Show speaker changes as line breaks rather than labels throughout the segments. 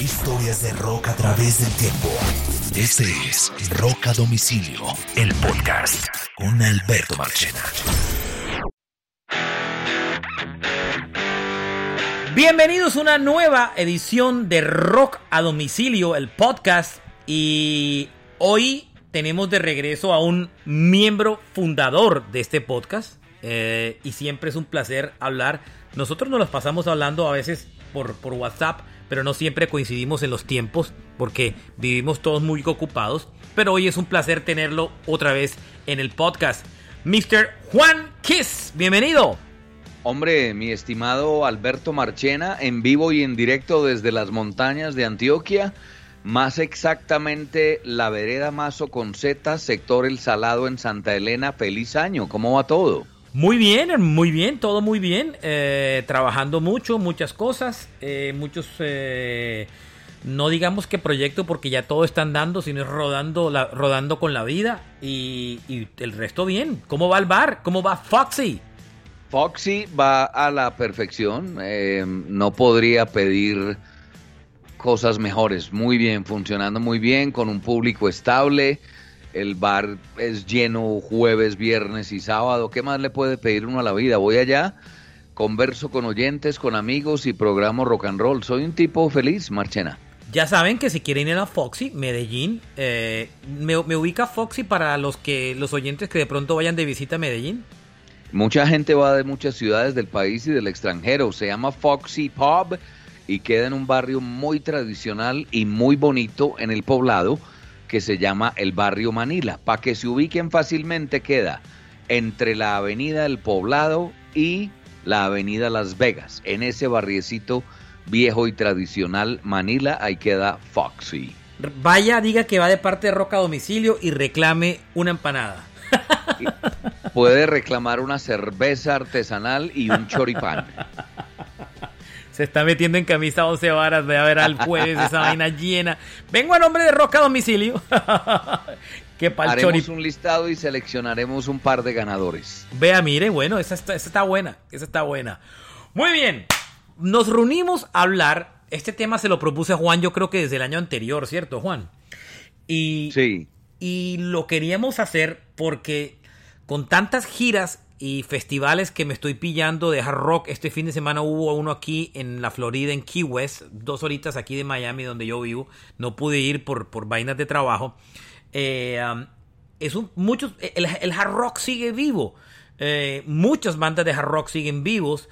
Historias de rock a través del tiempo. Este es Rock a Domicilio, el podcast con Alberto Marchena.
Bienvenidos a una nueva edición de Rock a Domicilio, el podcast. Y hoy tenemos de regreso a un miembro fundador de este podcast. eh, y siempre es un placer hablar. Nosotros nos los pasamos hablando a veces por, por WhatsApp, pero no siempre coincidimos en los tiempos porque vivimos todos muy ocupados. Pero hoy es un placer tenerlo otra vez en el podcast. Mr. Juan Kiss, bienvenido.
Hombre, mi estimado Alberto Marchena, en vivo y en directo desde las montañas de Antioquia, más exactamente la vereda Mazo con Z, sector El Salado en Santa Elena. Feliz año, ¿cómo va todo?
Muy bien, eh, muy bien, todo muy bien. eh, trabajando mucho, muchas cosas, eh, muchos, eh, no digamos que proyecto porque ya todo está andando, sino es rodando, la- rodando con la vida y, y el resto bien. ¿Cómo va el bar? ¿Cómo va Foxy?
Foxy va a la perfección, eh, no podría pedir cosas mejores. Muy bien, funcionando muy bien, con un público estable. El bar es lleno jueves, viernes y sábado. ¿Qué más le puede pedir uno a la vida? Voy allá, converso con oyentes, con amigos y programo rock and roll. Soy un tipo feliz, Marchena.
Ya saben que si quieren ir a Foxy, Medellín, eh, me, me ubica Foxy para los que los oyentes que de pronto vayan de visita a Medellín.
Mucha gente va de muchas ciudades del país y del extranjero. Se llama Foxy Pub y queda en un barrio muy tradicional y muy bonito en el poblado que se llama el barrio Manila. Para que se ubiquen fácilmente queda entre la avenida El Poblado y la avenida Las Vegas. En ese barriecito viejo y tradicional Manila ahí queda Foxy.
Vaya, diga que va de parte de Roca a domicilio y reclame una empanada.
Puede reclamar una cerveza artesanal y un choripán.
Se está metiendo en camisa 11 varas, voy a ver al jueves esa vaina llena. Vengo a nombre de Roca Domicilio. Qué pal
Haremos
chori.
un listado y seleccionaremos un par de ganadores.
Vea, mire, bueno, esa está, esa está buena, esa está buena. Muy bien, nos reunimos a hablar. Este tema se lo propuse a Juan, yo creo que desde el año anterior, ¿cierto, Juan? Y,
Sí,
y lo queríamos hacer porque con tantas giras y festivales que me estoy pillando de hard rock, este fin de semana hubo uno aquí en la Florida, en Key West, dos horitas aquí de Miami donde yo vivo, no pude ir por, por vainas de trabajo. Eh, am, es un, muchos, el, el hard rock sigue vivo, Eh, muchas bandas de hard rock siguen vivos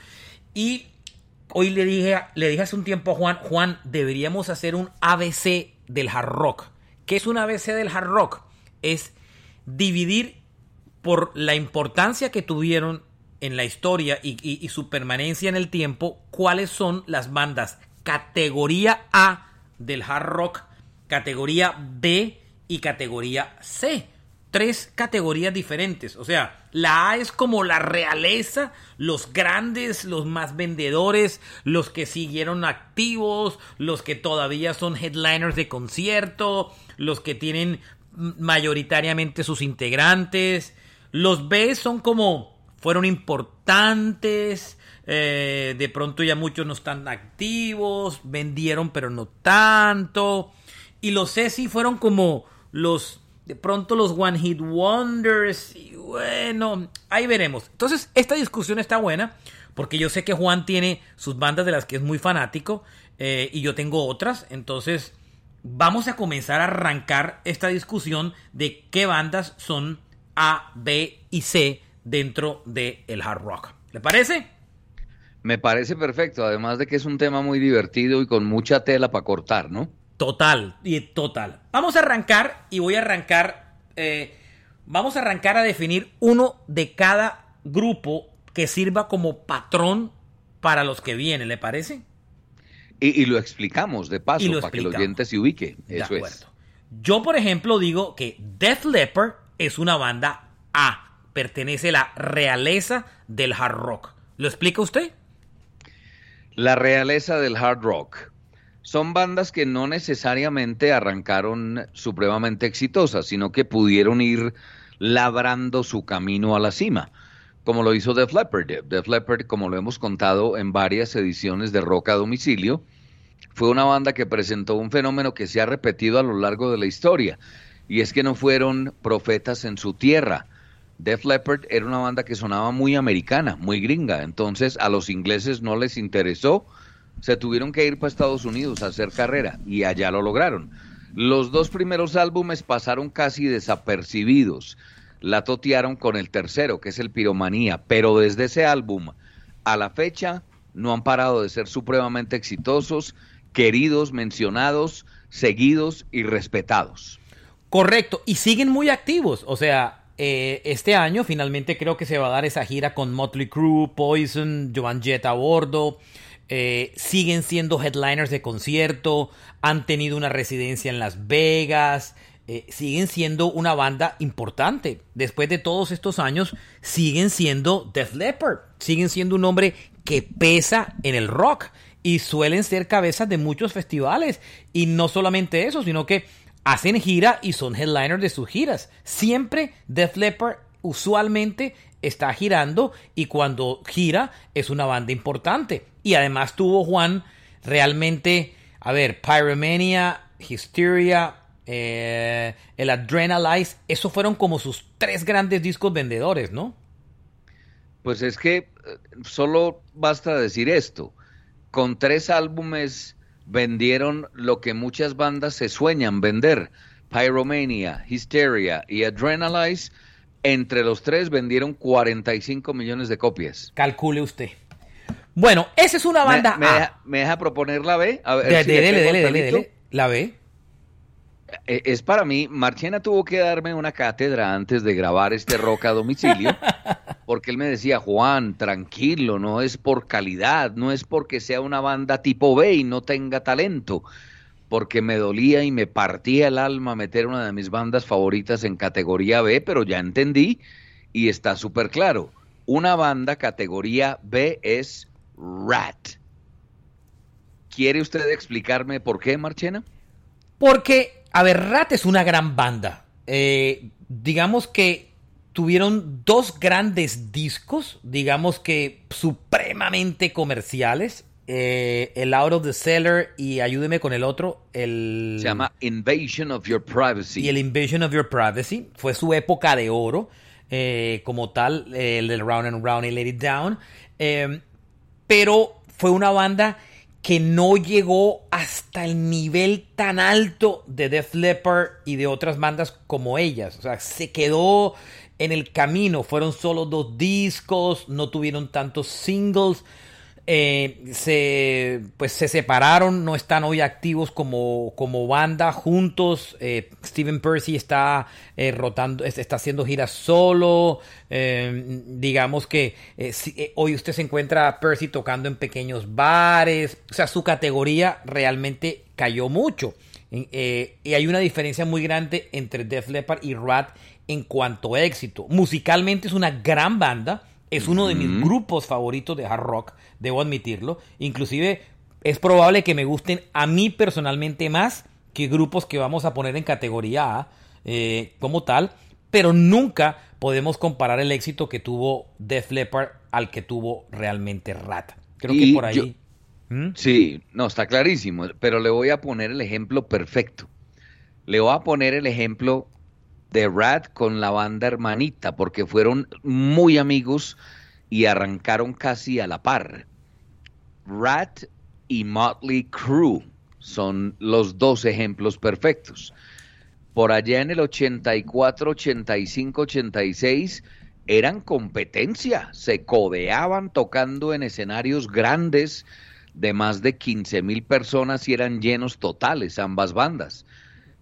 y hoy le dije, a- le dije hace un tiempo a Juan, Juan, deberíamos hacer un ABC del hard rock. ¿Qué es un ABC del hard rock? Es dividir por la importancia que tuvieron en la historia y, y- y su permanencia en el tiempo, cuáles son las bandas categoría A del hard rock, categoría B y categoría C. Tres categorías diferentes. O sea, la A es como la realeza, los grandes, los más vendedores, los que siguieron activos, los que todavía son headliners de concierto, los que tienen m- mayoritariamente sus integrantes. Los B son como fueron importantes, eh, de pronto ya muchos no están activos, vendieron pero no tanto. Y los C sí fueron como los, de pronto los One Hit Wonders. Y bueno, ahí veremos. Entonces, esta discusión está buena porque yo sé que Juan tiene sus bandas de las que es muy fanático eh, y yo tengo otras. Entonces, vamos a comenzar a arrancar esta discusión de qué bandas son A, B y C dentro del el hard rock. ¿Le parece?
me parece perfecto. Además de que es un tema muy divertido y con mucha tela para cortar, ¿no?
Total, y total. Vamos a arrancar y voy a arrancar. eh, vamos a arrancar a definir uno de cada grupo que sirva como patrón para los que vienen, ¿le parece?
Y, y lo explicamos de paso
Y lo
para que el
explicamos.
oyente se ubique.
De
Eso es.
acuerdo. Yo, por ejemplo, digo que Death Leopard es una banda A. Pertenece a la realeza del hard rock. ¿Lo explica usted?
La realeza del hard rock. Son bandas que no necesariamente arrancaron supremamente exitosas, sino que pudieron ir labrando su camino a la cima, como lo hizo Def Leppard. Def Leppard, como lo hemos contado en varias ediciones de Rock a Domicilio, fue una banda que presentó un fenómeno que se ha repetido a lo largo de la historia, y es que no fueron profetas en su tierra. Def Leppard era una banda que sonaba muy americana, muy gringa, entonces a los ingleses no les interesó, se tuvieron que ir para Estados Unidos a hacer carrera y allá lo lograron. Los dos primeros álbumes pasaron casi desapercibidos, la totearon con el tercero, que es el Piromanía, pero desde ese álbum a la fecha no han parado de ser supremamente exitosos, queridos, mencionados, seguidos y respetados.
Correcto, y siguen muy activos, o sea, eh, este año finalmente creo que se va a dar esa gira con Motley Crue, Poison, Joan Jett a bordo, eh, siguen siendo headliners de concierto, han tenido una residencia en Las Vegas, eh, siguen siendo una banda importante. Después de todos estos años, siguen siendo Def Leppard, siguen siendo un hombre que pesa en el rock y suelen ser cabezas de muchos festivales. Y no solamente eso, sino que hacen gira y son headliners de sus giras. Siempre Def Leppard usualmente está girando y cuando gira es una banda importante. Y además tuvo Juan realmente, a ver, Pyromania, Hysteria, eh, el Adrenalize, esos fueron como sus tres grandes discos vendedores, ¿no?
Pues es que solo basta decir esto. Con tres álbumes vendieron lo que muchas bandas se sueñan vender. Pyromania, Hysteria y Adrenalize, entre los tres vendieron 45 millones de copias.
Calcule usted. Bueno, esa es una banda.
¿Me, me,
A.
deja, me deja proponer la B? A ver
De-
si
de-
le
dele,
pego al
dele, dele,
pelito.
dele. La B.
Eh, Es para mí, Marchena tuvo que darme una cátedra antes de grabar este rock a domicilio, porque él me decía, Juan, tranquilo, no es por calidad, no es porque sea una banda tipo B y no tenga talento, porque me dolía y me partía el alma meter una de mis bandas favoritas en categoría B, pero ya entendí y está súper claro, una banda categoría B es Rat. ¿Quiere usted explicarme por qué, Marchena?
Porque, a ver, Rat es una gran banda. Eh, digamos que tuvieron dos grandes discos, digamos que supremamente comerciales. Eh, el Out of the Cellar y ayúdeme con el otro, el...
Se llama Invasion of Your Privacy.
Y el Invasion of Your Privacy fue su época de oro, eh, como tal, eh, el del Round and Round y Let It Down. Eh, pero fue una banda que no llegó hasta el nivel tan alto de Def Leppard y de otras bandas como ellas. O sea, se quedó en el camino. Fueron solo dos discos, no tuvieron tantos singles. Eh, se, pues se separaron, no están hoy activos como, como banda juntos. Eh, Steven Percy está eh, rotando, es- está haciendo giras solo. Eh, digamos que eh, si- eh, hoy usted se encuentra a Percy tocando en pequeños bares. O sea, su categoría realmente cayó mucho. En- eh, y hay una diferencia muy grande entre Def Leppard y Rat en cuanto a éxito. Musicalmente es una gran banda. Es uno de mis grupos favoritos de hard rock, debo admitirlo. Inclusive es probable que me gusten a mí personalmente más que grupos que vamos a poner en categoría A eh, como tal. Pero nunca podemos comparar el éxito que tuvo Def Leppard al que tuvo realmente Rat. Creo
Y
que por ahí...
yo-
¿Mm?
Sí, no, está clarísimo, pero le voy a poner el ejemplo perfecto. Le voy a poner el ejemplo de Rat con la banda hermanita, porque fueron muy amigos y arrancaron casi a la par. Rat y Motley Crue son los dos ejemplos perfectos. Por allá en el 84, 85, 86 eran competencia, se codeaban tocando en escenarios grandes de más de 15 mil personas y eran llenos totales ambas bandas.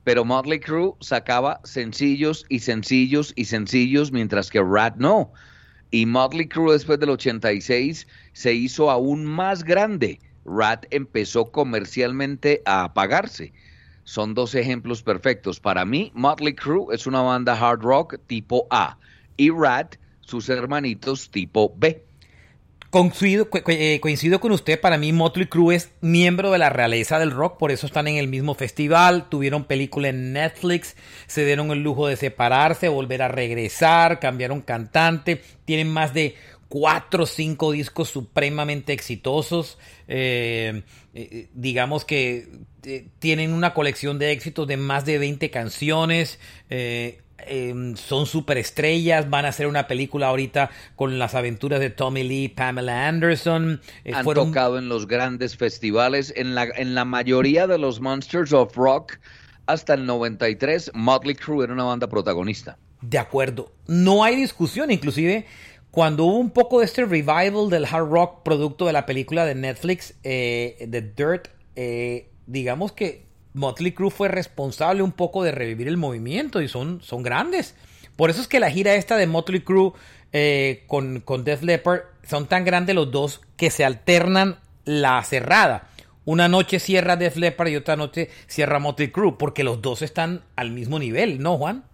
Pero Motley Crue sacaba sencillos y sencillos y sencillos, mientras que Rat no. Y Motley Crue después del 86 se hizo aún más grande. Rat empezó comercialmente a apagarse. Son dos ejemplos perfectos. Para mí, Motley Crue es una banda hard rock tipo A y Rat, sus hermanitos tipo B.
Coincido, co- co- eh, coincido con usted, para mí Motley Crue es miembro de la realeza del rock, por eso están en el mismo festival, tuvieron película en Netflix, se dieron el lujo de separarse, volver a regresar, cambiaron cantante, tienen más de cuatro o cinco discos supremamente exitosos. Eh, eh, digamos que eh, tienen una colección de éxitos de más de 20 canciones. eh, em, son superestrellas, van a hacer una película ahorita con las aventuras de Tommy Lee, Pamela Anderson. eh,
Han fueron... tocado en los grandes festivales, en la, en la mayoría de los Monsters of Rock, hasta el 93, Motley Crue era una banda protagonista.
De acuerdo, no hay discusión, inclusive cuando hubo un poco de este revival del hard rock producto de la película de Netflix, eh, The Dirt, eh, digamos que Motley Crue fue responsable un poco de revivir el movimiento y son, son grandes. Por eso es que la gira esta de Motley Crue eh, con, con Def Leppard son tan grandes los dos que se alternan la cerrada. Una noche cierra Def Leppard y otra noche cierra Motley Crue porque los dos están al mismo nivel, ¿no, Juan?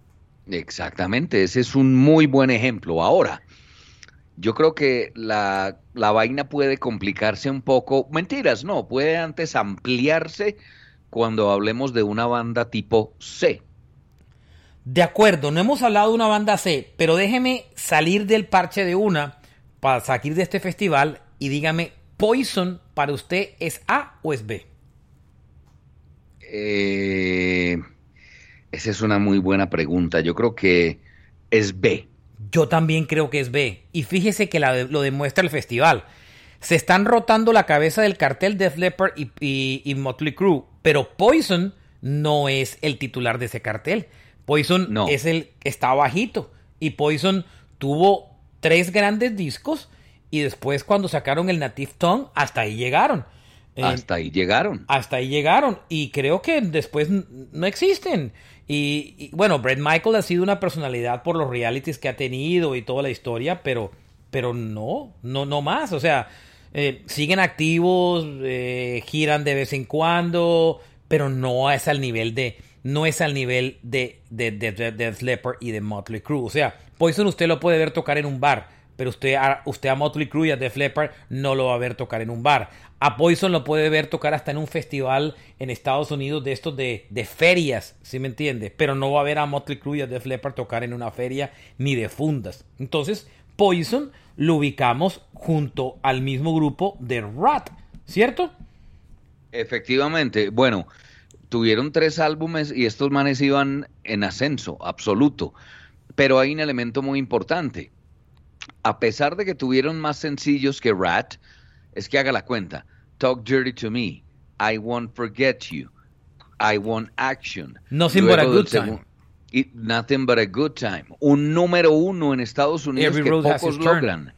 Exactamente, ese es un muy buen ejemplo. Ahora, yo creo que la, la, vaina puede complicarse un poco. Mentiras, no, puede antes ampliarse cuando hablemos de una banda tipo C.
De acuerdo, no hemos hablado de una banda C, pero déjeme salir del parche de una para salir de este festival y dígame, Poison para usted es A o es B?
Eh, esa es una muy buena pregunta. Yo creo que es B.
Yo también creo que es B. Y fíjese que la, lo demuestra el festival. Se están rotando la cabeza del cartel Def Leppard y, y, y, Motley Crue, pero Poison no es el titular de ese cartel. Poison no. es el está bajito y Poison tuvo tres grandes discos y después cuando sacaron el Native Tongue hasta ahí llegaron.
Eh, hasta ahí llegaron.
Hasta ahí llegaron. Y creo que después no existen. Y, y, bueno, Brett Michael ha sido una personalidad por los realities que ha tenido y toda la historia, pero, pero no, no, no más. O sea, eh, siguen activos, eh, giran de vez en cuando, pero no es al nivel de. No es al nivel de, de, de, de, de Leppard y de Motley Crue. O sea, Poison usted lo puede ver tocar en un bar, pero usted a, usted a Motley Crue y a Def Leppard no lo va a ver tocar en un bar. A Poison lo puede ver tocar hasta en un festival en Estados Unidos de estos de, de ferias, si ¿sí me entiende? Pero no va a ver a Motley Crue y a Def Leppard tocar en una feria ni de fundas. Entonces, Poison lo ubicamos junto al mismo grupo de Rat, ¿cierto?
Efectivamente, bueno, tuvieron tres álbumes y estos manes iban en ascenso absoluto. Pero hay un elemento muy importante a pesar de que tuvieron más sencillos que Rat, es que haga la cuenta. Talk Dirty to Me, I Won't Forget You, I Want Action.
Nothing Luego but a Good Time.
Y nothing but a Good Time. Un número uno en Estados Unidos Every que pocos logran.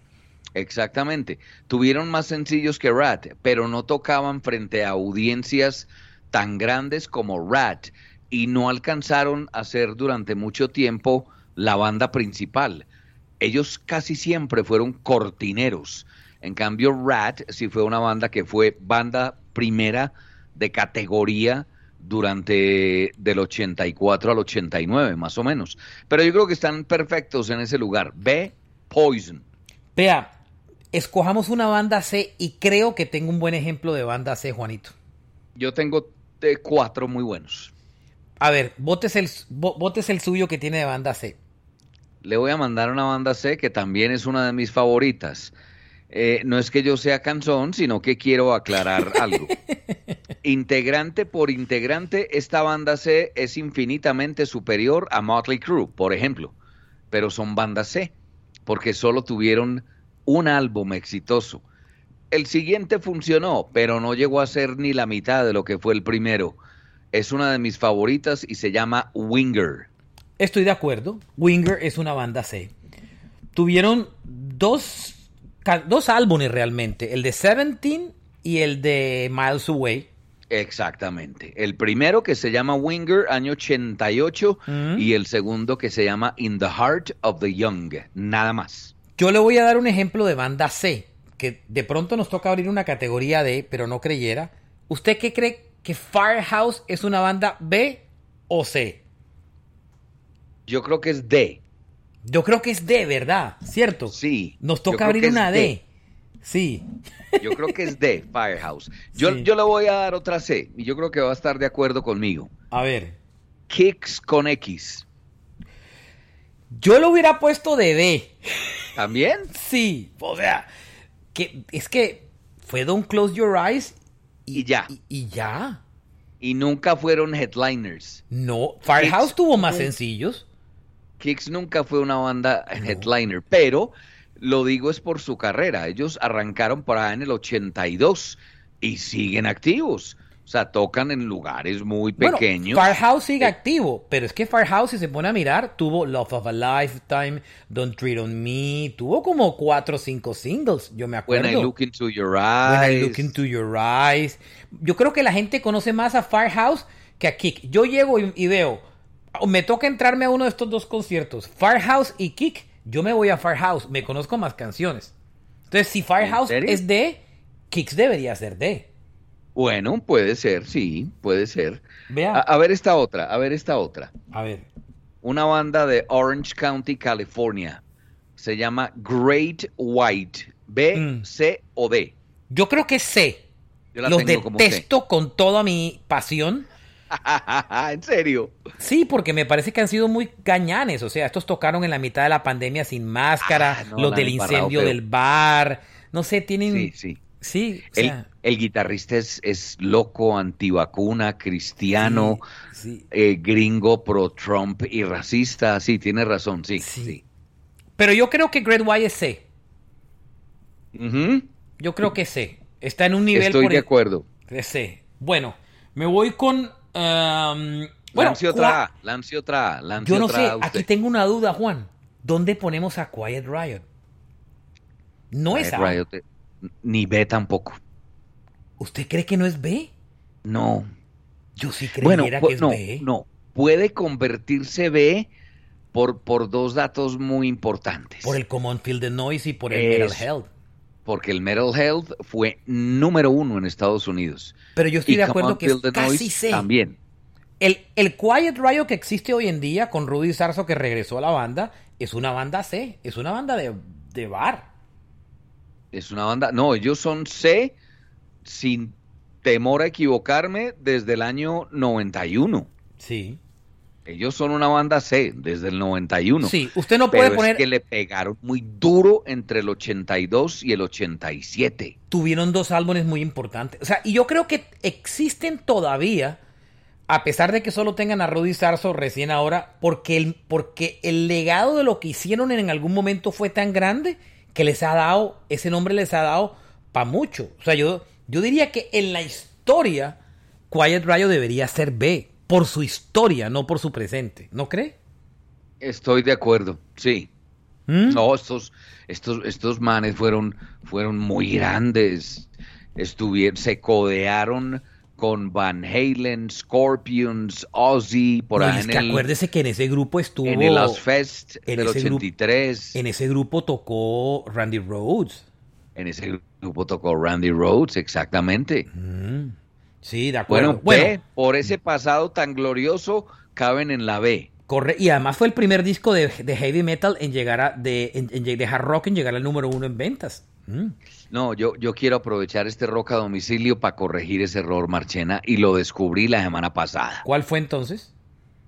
Exactamente. Tuvieron más sencillos que Rat, pero no tocaban frente a audiencias tan grandes como Rat y no alcanzaron a ser durante mucho tiempo la banda principal ellos casi siempre fueron cortineros. En cambio, Rat sí fue una banda que fue banda primera de categoría durante del 84 al 89, más o menos. Pero yo creo que están perfectos en ese lugar. B, Poison.
Vea, escojamos una banda C y creo que tengo un buen ejemplo de banda C, Juanito.
Yo tengo eh, cuatro muy buenos.
A ver, votes el, votes el suyo que tiene de banda C
le voy a mandar una banda C que también es una de mis favoritas. Eh, no es que yo sea canzón, sino que quiero aclarar algo. integrante por integrante, esta banda C es infinitamente superior a Motley Crue, por ejemplo. Pero son banda C, porque solo tuvieron un álbum exitoso. El siguiente funcionó, pero no llegó a ser ni la mitad de lo que fue el primero. Es una de mis favoritas y se llama Winger.
Estoy de acuerdo. Winger es una banda C. Tuvieron dos, dos álbumes realmente, el de Seventeen y el de Miles Away.
Exactamente. El primero que se llama Winger, año 88, mm -hmm. y el segundo que se llama In the Heart of the Young, nada más.
Yo le voy a dar un ejemplo de banda C, que de pronto nos toca abrir una categoría D, pero no creyera. ¿Usted qué cree que Firehouse es una banda B o C?
Yo creo que es D.
Yo creo que es D, ¿verdad? ¿Cierto?
Sí.
Nos toca abrir una D. D. Sí.
Yo creo que es D, Firehouse. Yo, sí. yo, le voy a dar otra C y yo creo que va a estar de acuerdo conmigo.
A ver.
Kicks con X.
Yo lo hubiera puesto de D.
¿También?
Sí, o sea, que es que fue Don't Close Your Eyes
Y ya.
Y, y ya.
Y nunca fueron headliners.
No, Firehouse tuvo más sencillos.
Kicks nunca fue una banda headliner, pero lo digo es por su carrera. Ellos arrancaron por allá en el 82 y siguen activos. O sea, tocan en lugares muy
Bueno,
pequeños.
Firehouse sigue activo, pero es que Firehouse, si se pone a mirar, tuvo Love of a Lifetime, Don't Treat on Me, tuvo como cuatro o cinco singles, yo me
When
acuerdo.
I Look Into Your
When
Eyes.
I Look Into Your Eyes. Yo creo que la gente conoce más a Firehouse que a Kick. Yo llego y, y veo, o me toca entrarme a uno de estos dos conciertos, Firehouse y Kick. Yo me voy a Firehouse, me conozco más canciones. Entonces, si Firehouse
serio?
es de, Kicks debería ser de.
Bueno, puede ser, sí, puede ser.
Vea.
A- a ver esta otra, a ver esta otra.
A ver.
Una banda de Orange County, California. Se llama Great White. B,
Mm.
C o D.
Yo creo que sé.
Yo la
Los
tengo como C.
detesto con toda mi pasión.
en serio.
Sí, porque me parece que han sido muy cañanes. O sea, estos tocaron en la mitad de la pandemia sin máscara,
Ah, no,
los
la
del
han embarrado
incendio
feo.
del bar. No sé, tienen.
Sí, sí.
Sí, o
El,
sea,
el guitarrista es, es loco, antivacuna, cristiano,
sí,
eh, gringo, pro-Trump y racista. Sí, tiene razón, sí.
sí, sí. Pero yo creo que Great White es C.
Ujú,
Yo creo que C. Está en un nivel
Estoy
por
de
el-
acuerdo.
de C. Bueno, me voy con. um, bueno,
lance
cua-
otra A, lance otra A, lance
Yo no
otra
sé,
A usted.
aquí tengo una duda, Juan. ¿Dónde ponemos a Quiet Riot? No
Quiet
es A.
Riot, eh, Ni B tampoco.
¿Usted cree que no es B?
No.
Yo sí creyera
Bueno, pu-
que es
no,
B.
no. Puede convertirse B por, por dos datos muy importantes.
Por el Common Field de Noise y por el
Es-
Metal Health.
Porque el Metal Health fue número uno en Estados Unidos.
Pero yo estoy
Y
de
Come
acuerdo
On,
que es
Feel the
casi
Noise
C.
También.
El, el Quiet Riot que existe hoy en día con Rudy Sarso que regresó a la banda es una banda C, es una banda de, de bar.
Es una banda. No, ellos son C, sin temor a equivocarme, desde el año 91.
Sí.
Ellos son una banda C desde el 91.
Sí, usted no
Pero
puede poner...
es que le pegaron muy duro entre el 82 y el 87.
tuvieron dos álbumes muy importantes. O sea, y yo creo que existen todavía, a pesar de que solo tengan a Rudy Sarso recién ahora, porque el, porque el legado de lo que hicieron en algún momento fue tan grande que les ha dado, ese nombre les ha dado para mucho. O sea, yo, yo diría que en la historia, Quiet Riot debería ser B, por su historia, no por su presente. ¿No cree?
Estoy de acuerdo, sí.
¿Mm?
No, estos, estos, estos manes fueron, fueron muy grandes. Estuvieron, se codearon con Van Halen, Scorpions, Ozzy, por
No, y
ahí
es
en
que
el,
acuérdese que en ese grupo estuvo...
en el Ozfest
en
del
ese grupo-
83.
en ese grupo tocó Randy Rhodes.
En ese grupo tocó Randy Rhodes, exactamente.
Mm, Sí, de acuerdo.
Bueno,
Bueno,
B, por ese pasado tan glorioso, caben en la B.
corre- y además fue el primer disco de, de heavy metal en llegar a, de, en- en lle- de hard rock en llegar al número uno en ventas. Mm.
No, yo, yo quiero aprovechar este rock a domicilio para corregir ese error, Marchena, y lo descubrí la semana pasada.
¿Cuál fue entonces?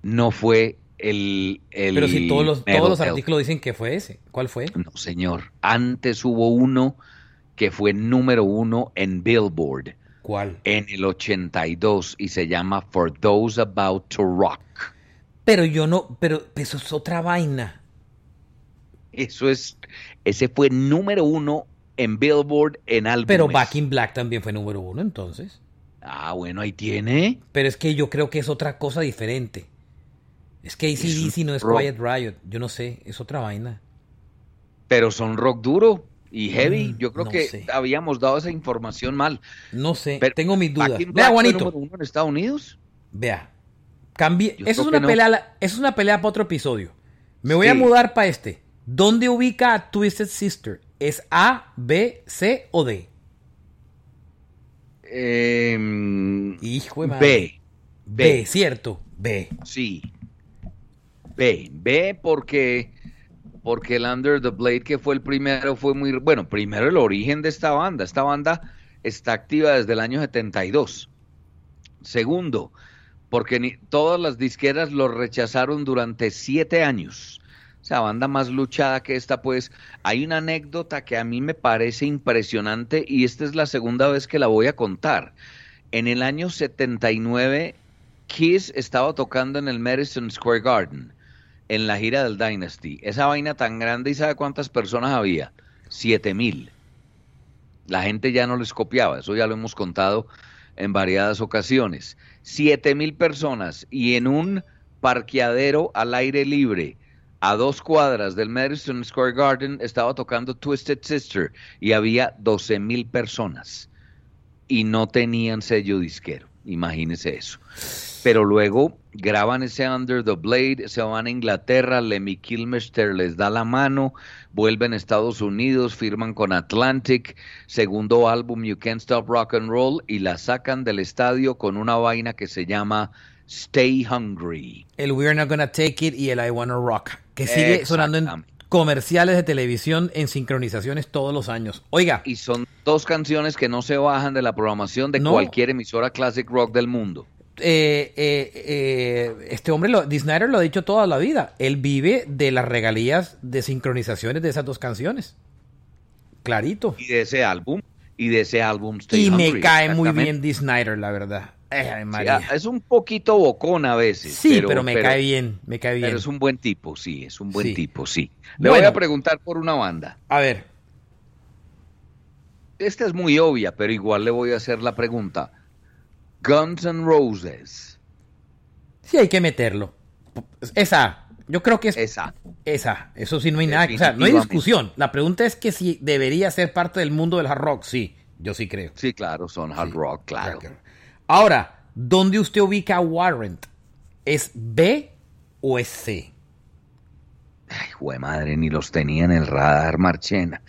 No fue el. el
Pero si todos los, todos los
Metal
artículos dicen que fue ese, ¿cuál fue?
Health. No, señor. Antes hubo uno que fue número uno en Billboard
¿Cuál?
en el 82 y se llama For Those About to Rock.
Pero yo no, pero eso es otra vaina.
Eso es. Ese fue número uno en Billboard en álbumes.
Pero Back in Black también fue número uno entonces.
Ah, bueno, ahí tiene.
Pero es que yo creo que es otra cosa diferente. Es que ACDC no es
rock.
Quiet Riot, yo no sé, es otra vaina.
Pero son rock duro y heavy.
Mm,
Yo creo
no
que
sé.
habíamos dado esa información mal.
No sé,
Pero
tengo mis dudas.
Back in
Vea,
Black fue
Juanito.
número uno en Estados Unidos?
Vea, cambie. Eso
Yo creo
es,
que
una
no.
pelea, la- eso es una pelea para otro episodio. Me voy a
Sí.
mudar para este. ¿Dónde ubica a Twisted Sister? ¿Es A, B, C o D?
Em,
Hijo de madre.
B.
B, cierto. B.
Sí. B. B porque, porque el Under the Blade, que fue el primero, fue muy... Bueno, primero el origen de esta banda. Esta banda está activa desde el año 72. Segundo, porque ni- todas las disqueras lo rechazaron durante siete años. O sea, banda más luchada que esta, pues hay una anécdota que a mí me parece impresionante y esta es la segunda vez que la voy a contar. En el año 79, Kiss estaba tocando en el Madison Square Garden, en la gira del Dynasty. Esa vaina tan grande y sabe cuántas personas había, 7 mil. La gente ya no les copiaba, eso ya lo hemos contado en variadas ocasiones. 7 mil personas y en un parqueadero al aire libre, a dos cuadras del Madison Square Garden, estaba tocando Twisted Sister y había 12 mil personas y no tenían sello disquero. Imagínense eso. Pero luego graban ese Under the Blade, se van a Inglaterra, Lemmy Kilmister les da la mano, vuelven a Estados Unidos, firman con Atlantic, segundo álbum You Can't Stop Rock and Roll y la sacan del estadio con una vaina que se llama Stay Hungry.
El We're Not Gonna Take It y el I Wanna Rock, que sigue sonando en comerciales de televisión en sincronizaciones todos los años. Oiga.
Y son dos canciones que no se bajan de la programación de
No.
cualquier emisora classic rock del mundo.
eh, eh, eh, este hombre, lo, Dee Snider lo ha dicho toda la vida. Él vive de las regalías de sincronizaciones de esas dos canciones. Clarito.
Y de ese álbum, y de ese álbum Stay
Y me
Hungry,
cae muy
exactamente.
bien Dee Snyder, la verdad. Ay,
Sí,
María.
ah, es un poquito bocón a veces.
Sí, pero, me cae bien, me cae bien.
Pero es un buen tipo, sí, es un buen
Sí.
tipo, sí. Le
Bueno.
voy a preguntar por una banda.
A ver,
Esta es muy obvia, pero igual le voy a hacer la pregunta. Guns N' Roses.
sí hay que meterlo. Esa, yo creo que es
Esa.
esa. Eso sí, no hay nada. O sea, no hay
Definitivamente.
discusión. La pregunta es que si debería ser parte del mundo del hard rock. Sí, yo sí creo.
Sí, claro, son hard
Sí,
rock, claro.
Ahora, ¿dónde usted ubica a Warrant? ¿Es B o es C?
Ay, jue madre, ni los tenía en el radar, Marchena.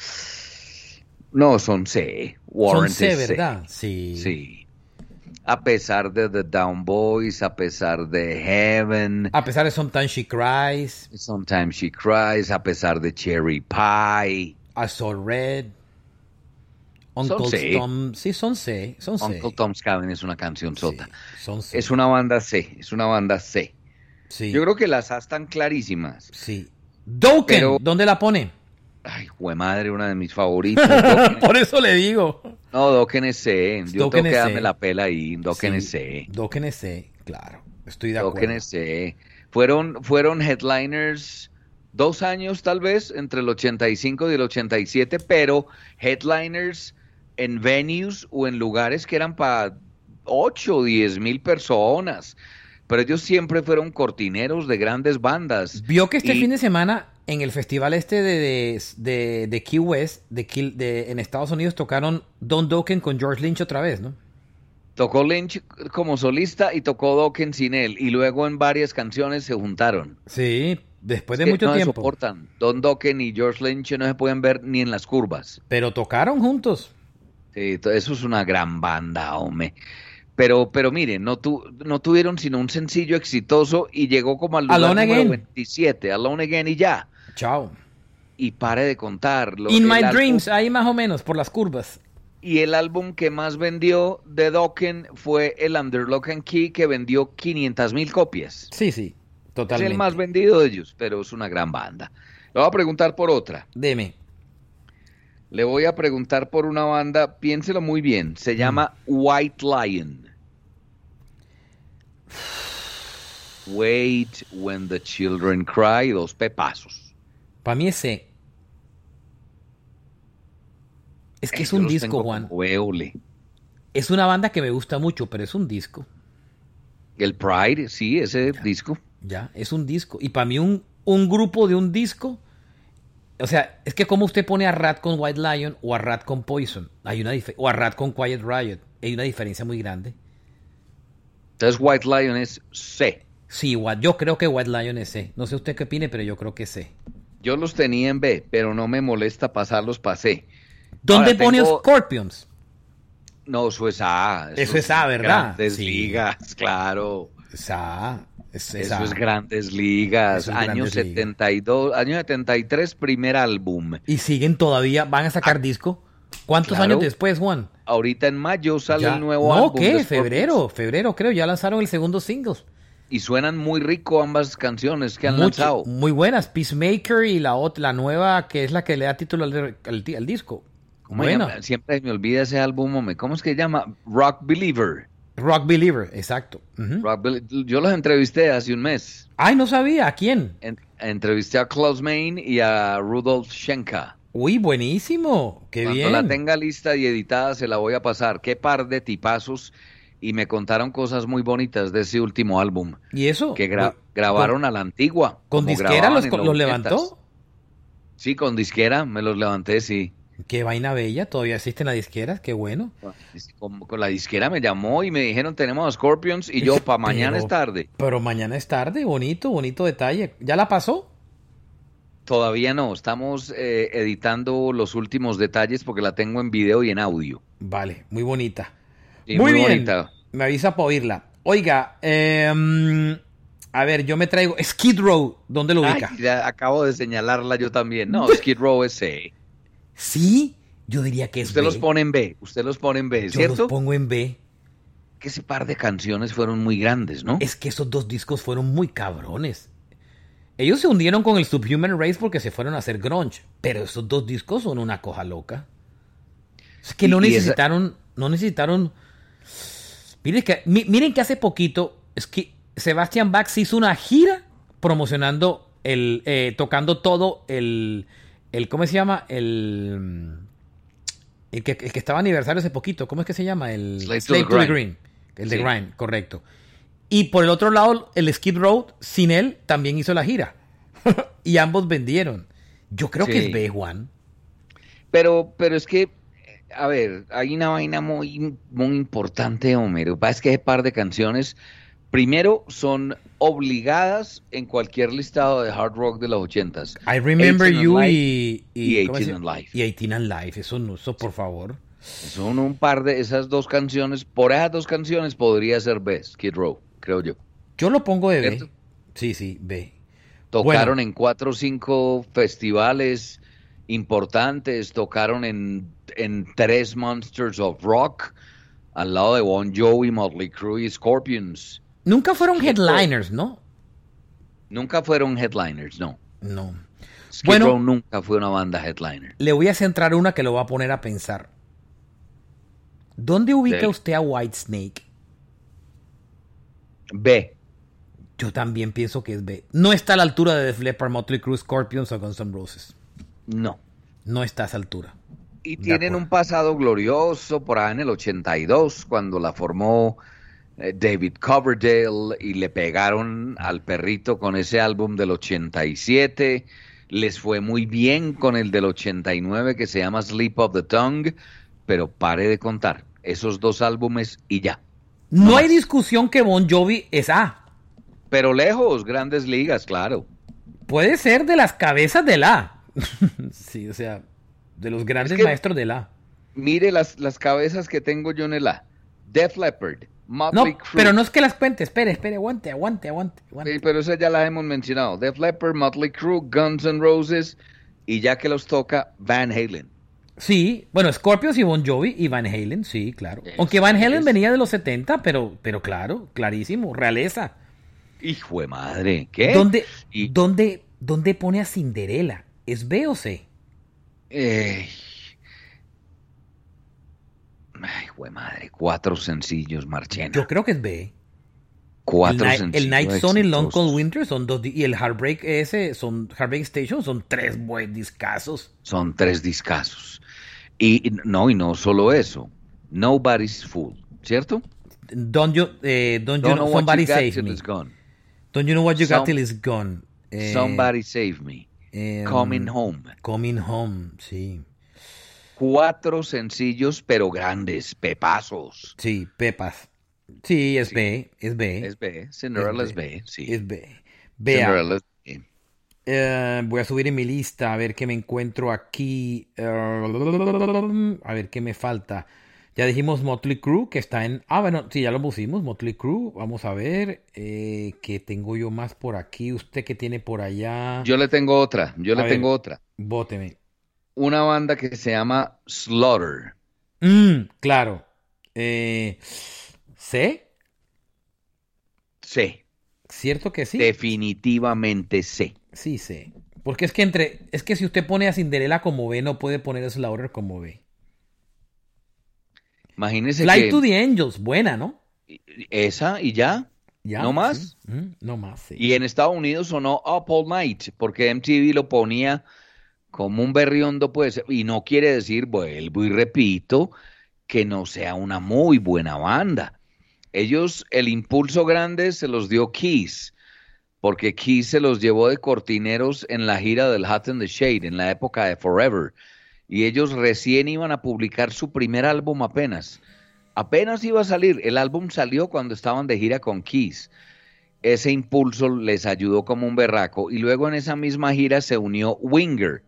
No, son C. Warren
Son C, ¿verdad? Sí.
Sí. A pesar de The Down Boys, a pesar de Heaven,
A pesar de Sometimes She Cries,
Sometimes She Cries, a pesar de Cherry Pie,
I Saw Red,
Son
Uncle
C.
Tom. Sí, son C. Son C.
Uncle Tom's Cabin es una canción
Sí,
sota.
son C.
Es una banda C, es una banda C.
Sí.
Yo creo que las A están clarísimas.
Sí. Dokken,
Pero-
¿dónde la pone?
Ay, jue madre, una de mis favoritas. Dokken.
Por eso le digo.
no, Dokken es C. Yo
Dokken
tengo
es
que
C.
darme la pela ahí. Dokken es
Sí,
C.
Dokken es C, claro. Estoy de
Dokken
acuerdo.
es C. Fueron, fueron headliners dos años tal vez, entre el 85 y el 87, pero headliners en venues o en lugares que eran para 8 o 10 mil personas. Pero ellos siempre fueron cortineros de grandes bandas.
Vio que este
Y-
fin de semana en el festival este de, de, de- de Key West, de, Key- de- en Estados Unidos, tocaron Don Dokken con George Lynch otra vez, ¿no?
Tocó Lynch como solista y tocó Dokken sin él. Y luego en varias canciones se juntaron.
Sí, después de
Es que
mucho
no se
tiempo.
soportan. Don Dokken y George Lynch no se pueden ver ni en las curvas.
Pero tocaron juntos.
Sí, to- eso es una gran banda, hombre. Pero, pero miren, no, tu, no tuvieron sino un sencillo exitoso y llegó como al lugar
Alone
número
Again.
27, Alone Again y ya.
Chao.
Y pare de contarlo.
In My Dreams, ahí más o menos, por las curvas.
y el álbum que más vendió de Dokken fue el Underlock and Key, que vendió 500 mil copias.
Sí, sí, totalmente.
Es el más vendido de ellos, pero es una gran banda. Le voy a preguntar por otra.
Deme.
Le voy a preguntar por una banda, piénselo muy bien,
Mm.
se llama White Lion. Wait when the children cry, dos pepazos.
Para mí es C. Es que es
Yo
un
los
disco,
tengo
Juan.
como Eole.
Es una banda que me gusta mucho, pero es un disco.
El Pride, sí, ese disco.
Ya, es un disco. Y para mí un, un grupo de un disco, o sea, es que como usted pone a Rat con White Lion o a Rat con Poison, hay una dife- o a Rat con Quiet Riot, hay una diferencia muy grande.
Entonces White Lion es C.
Sí, Wa- yo creo que White Lion es C. No sé usted qué opine, pero yo creo que es C.
Yo los tenía en B, pero no me molesta pasarlos para C.
¿Dónde
Ahora
pone
tengo-
Scorpions?
No, eso es A.
Eso es A, ¿verdad?
Grandes
Sí.
ligas, claro.
Esa, es,
Eso
esa.
es Grandes Ligas,
Eso es
año
Grandes Ligas.
72, año 73, primer álbum.
Y siguen todavía, van a sacar disco. ¿Cuántos
Ah, Claro.
años después, Juan?
Ahorita en mayo sale
Ya-
el nuevo
no,
álbum.
¿qué?
de Scorpions.
Febrero, febrero creo, ya lanzaron el segundo single.
y suenan muy rico ambas canciones que han
Mucho- mm,
lanzado.
Muy buenas, Peacemaker y la, ot- la nueva que es la que le da título al, al di- al disco.
¿Cómo se
Bueno,
llama? Siempre me olvida ese álbum, hombre. ¿cómo es que se llama? Rock Believer.
Rock Believer, exacto. Ujú.
Rock Bel- Yo los entrevisté hace un mes.
Ay, no sabía, ¿a quién?
En- entrevisté a Klaus Main y a Rudolf Schenka.
Uy, buenísimo, qué
Cuando
bien.
la tenga lista y editada se la voy a pasar. Qué par de tipazos. Y me contaron cosas muy bonitas de ese último álbum.
¿Y eso?
Que gra-
Con-
grabaron a la antigua.
¿Con
como
disquera
grababan
los,
en
co- los
80s.
levantó?
Sí, con disquera me los levanté, sí.
Qué vaina bella, todavía existen las disqueras, qué bueno.
Con, con la disquera me llamó y me dijeron tenemos a Scorpions y yo para mañana
Pero-
es tarde.
Pero mañana es tarde, bonito, bonito detalle. ¿Ya la pasó?
Todavía no, estamos eh, editando los últimos detalles porque la tengo en video y en audio.
Vale, muy bonita.
Sí,
muy,
muy
bien.
bonita.
Me avisa para oírla. Oiga, em, a ver, yo me traigo Skid Row, ¿dónde lo ubica?
Ay, ya acabo de señalarla yo también. No, Skid Row es C.
Sí, yo diría que es
Usted
B.
los pone en B, usted los pone en B,
yo
¿cierto?
los pongo en B.
Que ese par de canciones fueron muy grandes, ¿no?
Es que esos dos discos fueron muy cabrones. Ellos se hundieron con el Subhuman Race porque se fueron a hacer grunge, pero esos dos discos son una coja loca. Es que
Y-
no
y esa-
necesitaron, no necesitaron. Miren que, mi- miren que hace poquito es que Sebastian Bach se hizo una gira promocionando el, eh, tocando todo el, el, ¿cómo se llama? El, mm, el que, el que estaba aniversario hace poquito, ¿cómo es que se llama? El
Slave to
Slave
the
to the
Grind.
Grind. Mm. El de
Sí.
Grind, correcto. Y por el otro lado, el Skid Road, sin él, también hizo la gira. y ambos vendieron. Yo creo que
Sí.
es B, Juan.
Pero, pero es que, eh, a ver, hay una vaina muy, muy importante, Homero. Es que ese par de canciones, primero, son obligadas en cualquier listado de hard rock de los ochentas.
I Remember
18 and
You
Alive.
y,
y
¿cómo
18
se-
and Life.
Y 18 and Life. Eso no, eso por favor.
Son un par de esas dos canciones. Por esas dos canciones podría ser B, Skid Row, creo yo.
Yo lo pongo de B.
¿Cierto?
Sí, sí, B.
Tocaron
Bueno.
en cuatro o cinco festivales importantes, tocaron en, en tres Monsters of Rock, al lado de Bon Jovi, Motley Crue y Scorpions.
Nunca fueron
Sí,
headliners, ¿no?
Nunca fueron headliners, no.
No.
Skid
Bueno.
Row nunca fue una banda headliner.
Le voy a centrar una que lo va a poner a pensar. ¿Dónde ubica
Dele.
usted a Whitesnake?
B.
Yo también pienso que es B. No está a la altura de Def Leppard, Motley Crue, Scorpions o Guns N' Roses.
No.
No está a esa altura.
Y
De
tienen
acuerdo.
un pasado glorioso por allá en el 82, cuando la formó eh, David Coverdale y le pegaron al perrito con ese álbum del 87. Les fue muy bien con el del 89 que se llama Sleep of the Tongue, pero pare de contar esos dos álbumes y ya.
No
No
hay
más.
discusión que Bon Jovi es A.
Pero lejos, grandes ligas, claro.
Puede ser de las cabezas del A. sí, o sea, de los grandes
Es que-
maestros del A.
Mire las, las cabezas que tengo yo en el A. Def Leppard,
No,
Motley Crue.
pero no es que las cuente. Espere, espere, aguante, aguante, aguante. aguante.
Sí, pero esa ya la hemos mencionado. Def Leppard, Motley Crue, Guns N' Roses y ya que los toca Van Halen.
Sí, bueno, Scorpions y Bon Jovi y Van Halen, sí, claro.
Eso
Aunque Van Halen
es.
venía de los 70, pero, pero claro, clarísimo, realeza.
Hijo de madre, ¿qué?
¿Dónde,
Y-
dónde, ¿Dónde pone a Cinderela? ¿Es B o C?
Eh, Ay, hijo de madre, cuatro sencillos, Marchena.
Yo creo que es B. El,
cuatro
Ni-
sencillos.
el Night Zone y Long
exitosos.
Cold Winter son dos di- y el Heartbreak ese son Heartbreak Station son tres buenos discazos.
Son tres discazos. Y y no, y no solo eso. Nobody's Fool, ¿cierto?
Don't you, eh, don't you know,
Don't know what
somebody
you got
save
till
me.
it's gone.
Don't you know what you got
Some-
till it's gone. Eh,
Somebody save me.
em,
Coming home.
Coming home, sí.
Cuatro sencillos, pero grandes, pepazos.
Sí, Pepas. Sí, es B, es B.
Es B, Cinderella es B, sí.
Es B. Vea,
Cinderella es B.
eh, voy a subir en mi lista a ver qué me encuentro aquí. Eh, a ver qué me falta. Ya dijimos Motley Crue, que está en... Ah, bueno, sí, ya lo pusimos, Motley Crue. Vamos a ver eh, qué tengo yo más por aquí. Usted que tiene por allá.
Yo le tengo otra, yo
Ah. A
le
ver.
tengo otra.
Bóteme.
Una banda que se llama Slaughter.
Mm, claro. Eh, ¿C?
Sí.
Cierto que sí.
Definitivamente sé.
Sí, sé. Porque es que entre. Es que si usted pone a Cinderella como B, no puede poner a Slaughter como B.
Imagínese
Fly
que
to the Angels, buena, ¿no?
esa y ya.
Ya,
¿No más?
sí. Mm, No más, sí.
Y en Estados Unidos sonó Up All Night, porque MTV lo ponía como un berriondo, pues, y no quiere decir, vuelvo y repito, que no sea una muy buena banda. Ellos, el impulso grande se los dio Kiss, porque Kiss se los llevó de cortineros en la gira del Hat in the Shade, en la época de Forever. Y ellos recién iban a publicar su primer álbum apenas. Apenas iba a salir. El álbum salió cuando estaban de gira con Kiss ese impulso les ayudó como un berraco. Y luego en esa misma gira se unió Winger.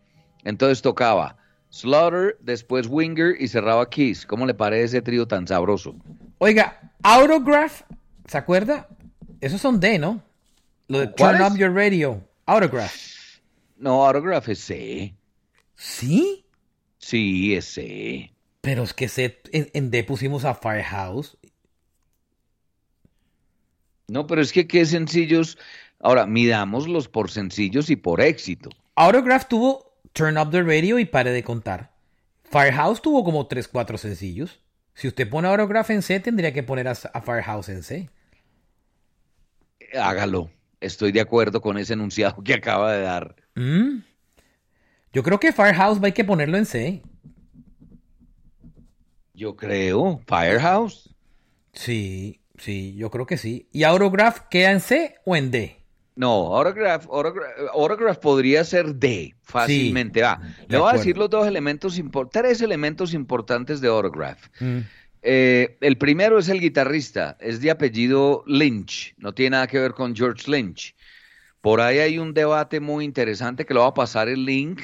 Entonces tocaba Slaughter, después Winger y cerraba Kiss. ¿Cómo le parece ese trío tan sabroso?
Oiga, Autograph, ¿se acuerda? Esos son D, ¿no? Lo de
¿Cuál
Turn
es?
Up Your Radio. Autograph.
No, Autograph es C.
¿Sí?
Sí, es C.
Pero es que se, en, en D pusimos a Firehouse.
No, pero es que qué sencillos. Ahora, midámoslos por sencillos y por éxito.
Autograph tuvo Turn Up the Radio y pare de contar. Firehouse tuvo como 3, 4 sencillos. Si usted pone Autograph en C, tendría que poner a, a Firehouse en C.
Hágalo. Estoy de acuerdo con ese enunciado que acaba de dar.
Mm. Yo creo que Firehouse va a hay que ponerlo en C.
Yo creo. Firehouse.
Sí, sí, yo creo que sí. ¿Y Autograph queda en C o en D?
No, Autograph, Autograph, Autograph podría ser D, fácilmente. Va. Le voy a
acuerdo.
decir los dos elementos, impor- tres elementos importantes de Autograph.
Mm.
Eh, el primero es el guitarrista, es de apellido Lynch, no tiene nada que ver con George Lynch. Por ahí hay un debate muy interesante que lo va a pasar el link,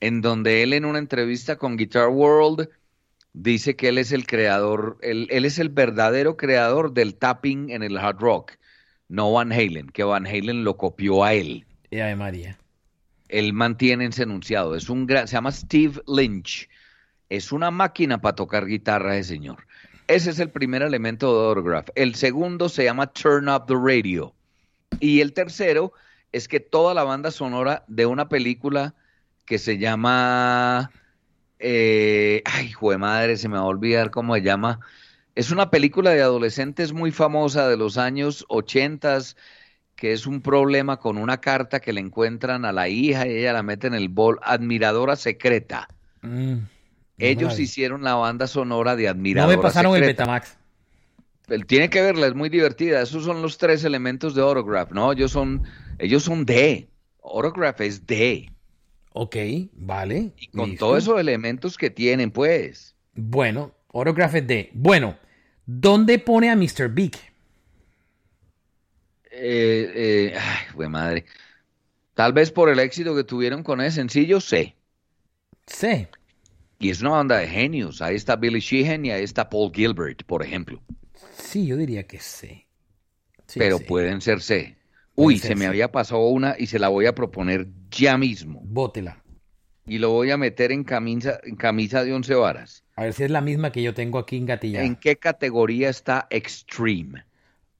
en donde él en una entrevista con Guitar World dice que él es el creador, él, él es el verdadero creador del tapping en el hard rock, no Van Halen, que Van Halen lo copió a él.
Y Eh, Ave María.
Él mantiene ese enunciado. Es un gran, se llama Steve Lynch. Es una máquina para tocar guitarra ese señor. Ese es el primer elemento de Autograph. El segundo se llama Turn Up the Radio. Y el tercero es que toda la banda sonora de una película que se llama. eh, ay, jue madre, se me va a olvidar cómo se llama. Es una película de adolescentes muy famosa de los años 80, que es un problema con una carta que le encuentran a la hija y ella la mete en el bol. Admiradora secreta.
Mm, no me la
Ellos
vi.
hicieron la banda sonora de
No
Admiradora
me pasaron el
Secreta.
Betamax.
Pero Tiene que verla, es muy divertida. Esos son los tres elementos de Autograph, ¿no? Ellos son, ellos son D. Autograph es D.
Ok, vale.
Y con
listo.
todos esos elementos que tienen, pues.
Bueno, Autograph es D. Bueno, ¿dónde pone a Mr. Big?
Eh, eh, ay, güey madre. Tal vez por el éxito que tuvieron con ese sencillo, C.
C.
Y es una banda de genios. Ahí está Billy Sheehan y ahí está Paul Gilbert, por ejemplo.
Sí, yo diría que C. Sí,
Pero pues-
C.
pueden ser C.
Pueden
Uy,
ser
se me
C.
había pasado una y se la voy a proponer ya mismo.
Bótela.
Y lo voy a meter en camisa, en camisa de once varas.
A ver si es la misma que yo tengo aquí en Gatilla.
¿En qué categoría está Extreme?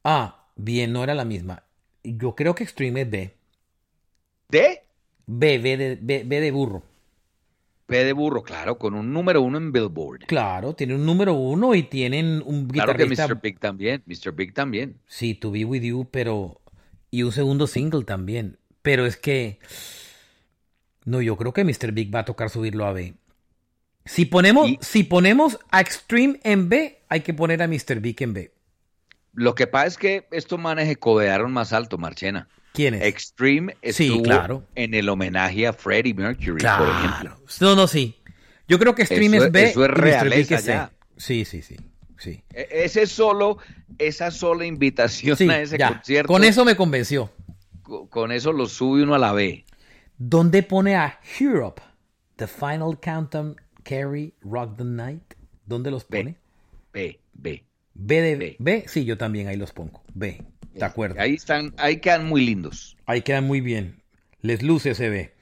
Ah, bien, no era la misma. Yo creo que Extreme es B.
¿D?
B, B de, B, B de burro.
P de burro, claro, con un número uno en Billboard.
Claro, tiene un número uno y tienen un
Claro que
guitarrista.
Mr. Big también, Mr. Big también.
Sí, To Be With You, pero. Y un segundo single también. Pero es que. No, yo creo que Mr. Big va a tocar subirlo a B. Si ponemos,
Y-
si ponemos a Extreme en B, hay que poner a Mr. Big en B.
Lo que pasa es que estos manes codearon más alto, Marchena.
¿Quién es?
Extreme
Sí,
estuvo
claro.
en el homenaje a Freddie Mercury, por ejemplo.
Claro. No, no, sí. Yo creo que Extreme es
Eso es-
B
eso es
y Mr. Big
realeza
es C.
ya.
Sí, sí, sí. Sí,
E- Ese solo, esa sola invitación
Sí,
a ese
ya.
concierto,
Con eso me convenció.
co- con eso lo sube uno a la B.
¿Dónde pone a Europe? The Final Countdown, Carry, Rock the Night. ¿Dónde los
B.
pone?
B, B.
B de
B.
B. sí, yo también ahí los pongo. B, de acuerdo. Ahí,
Ahí están, ahí quedan muy lindos.
quedan muy bien. Les luce ese B.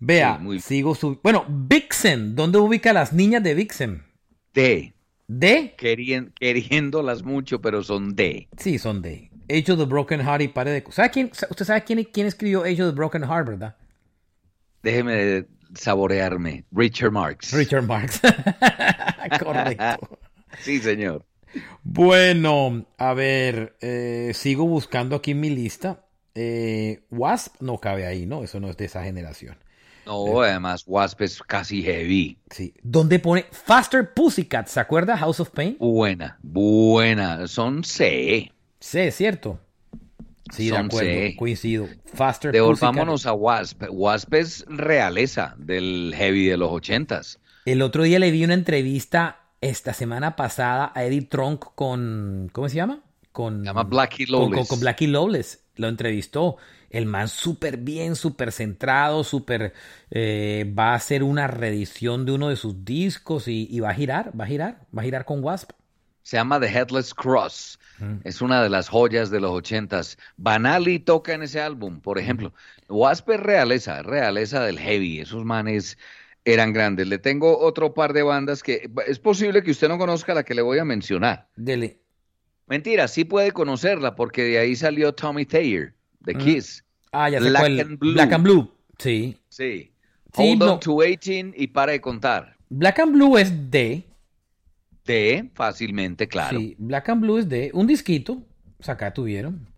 Vea,
Sí, muy bien.
sigo su... Bueno, Vixen, ¿dónde ubica a las niñas de Vixen?
D,
D.
querien- queriéndolas mucho, pero son D.
Sí, son D. Age of the Broken Heart y pare de... ¿Sabe quién, ¿Usted sabe quién, quién escribió Age of the Broken Heart, verdad?
Déjeme saborearme. Richard Marx.
Richard Marx. Correcto.
Sí, señor.
Bueno, a ver, eh, sigo buscando aquí mi lista. Eh, Wasp no cabe ahí, ¿no? Eso no es de esa generación.
No,
Eh.
además Wasp es casi heavy.
Sí. Donde pone Faster Pussycat, ¿se acuerda? House of Pain.
Buena, buena. Son C.
C, ¿cierto? Sí, de
Son
acuerdo,
C.
coincido. Faster Pussycat.
Devolvámonos a Wasp. Wasp es realeza del heavy de los ochentas.
El otro día le vi una entrevista esta semana pasada a Eddie Trunk con. ¿Cómo se llama? Con,
Se llama Blackie
Mm. con-
Lawless.
Con, con Blackie Lawless. Lo entrevistó. El man súper bien, súper centrado, súper. eh, va a hacer una reedición de uno de sus discos y, y va a girar, va a girar, va a girar con Wasp.
Se llama The Headless Cross.
Mm.
Es una de las joyas de los ochentas. Banali toca en ese álbum, por ejemplo. Wasp es realeza, realeza del heavy. Esos manes eran grandes. Le tengo otro par de bandas que es posible que usted no conozca la que le voy a mencionar.
Dele.
Mentira, sí puede conocerla porque de ahí salió Tommy Thayer, The Kiss.
Ah, ya sé
Black
cuál.
and Blue.
Black and Blue. Sí.
Sí.
Sí,
Hold
no.
on to 18 y para de contar.
Black and Blue es de.
De fácilmente, claro.
Sí, Black and Blue es de. Un disquito. O sea, acá tuvieron.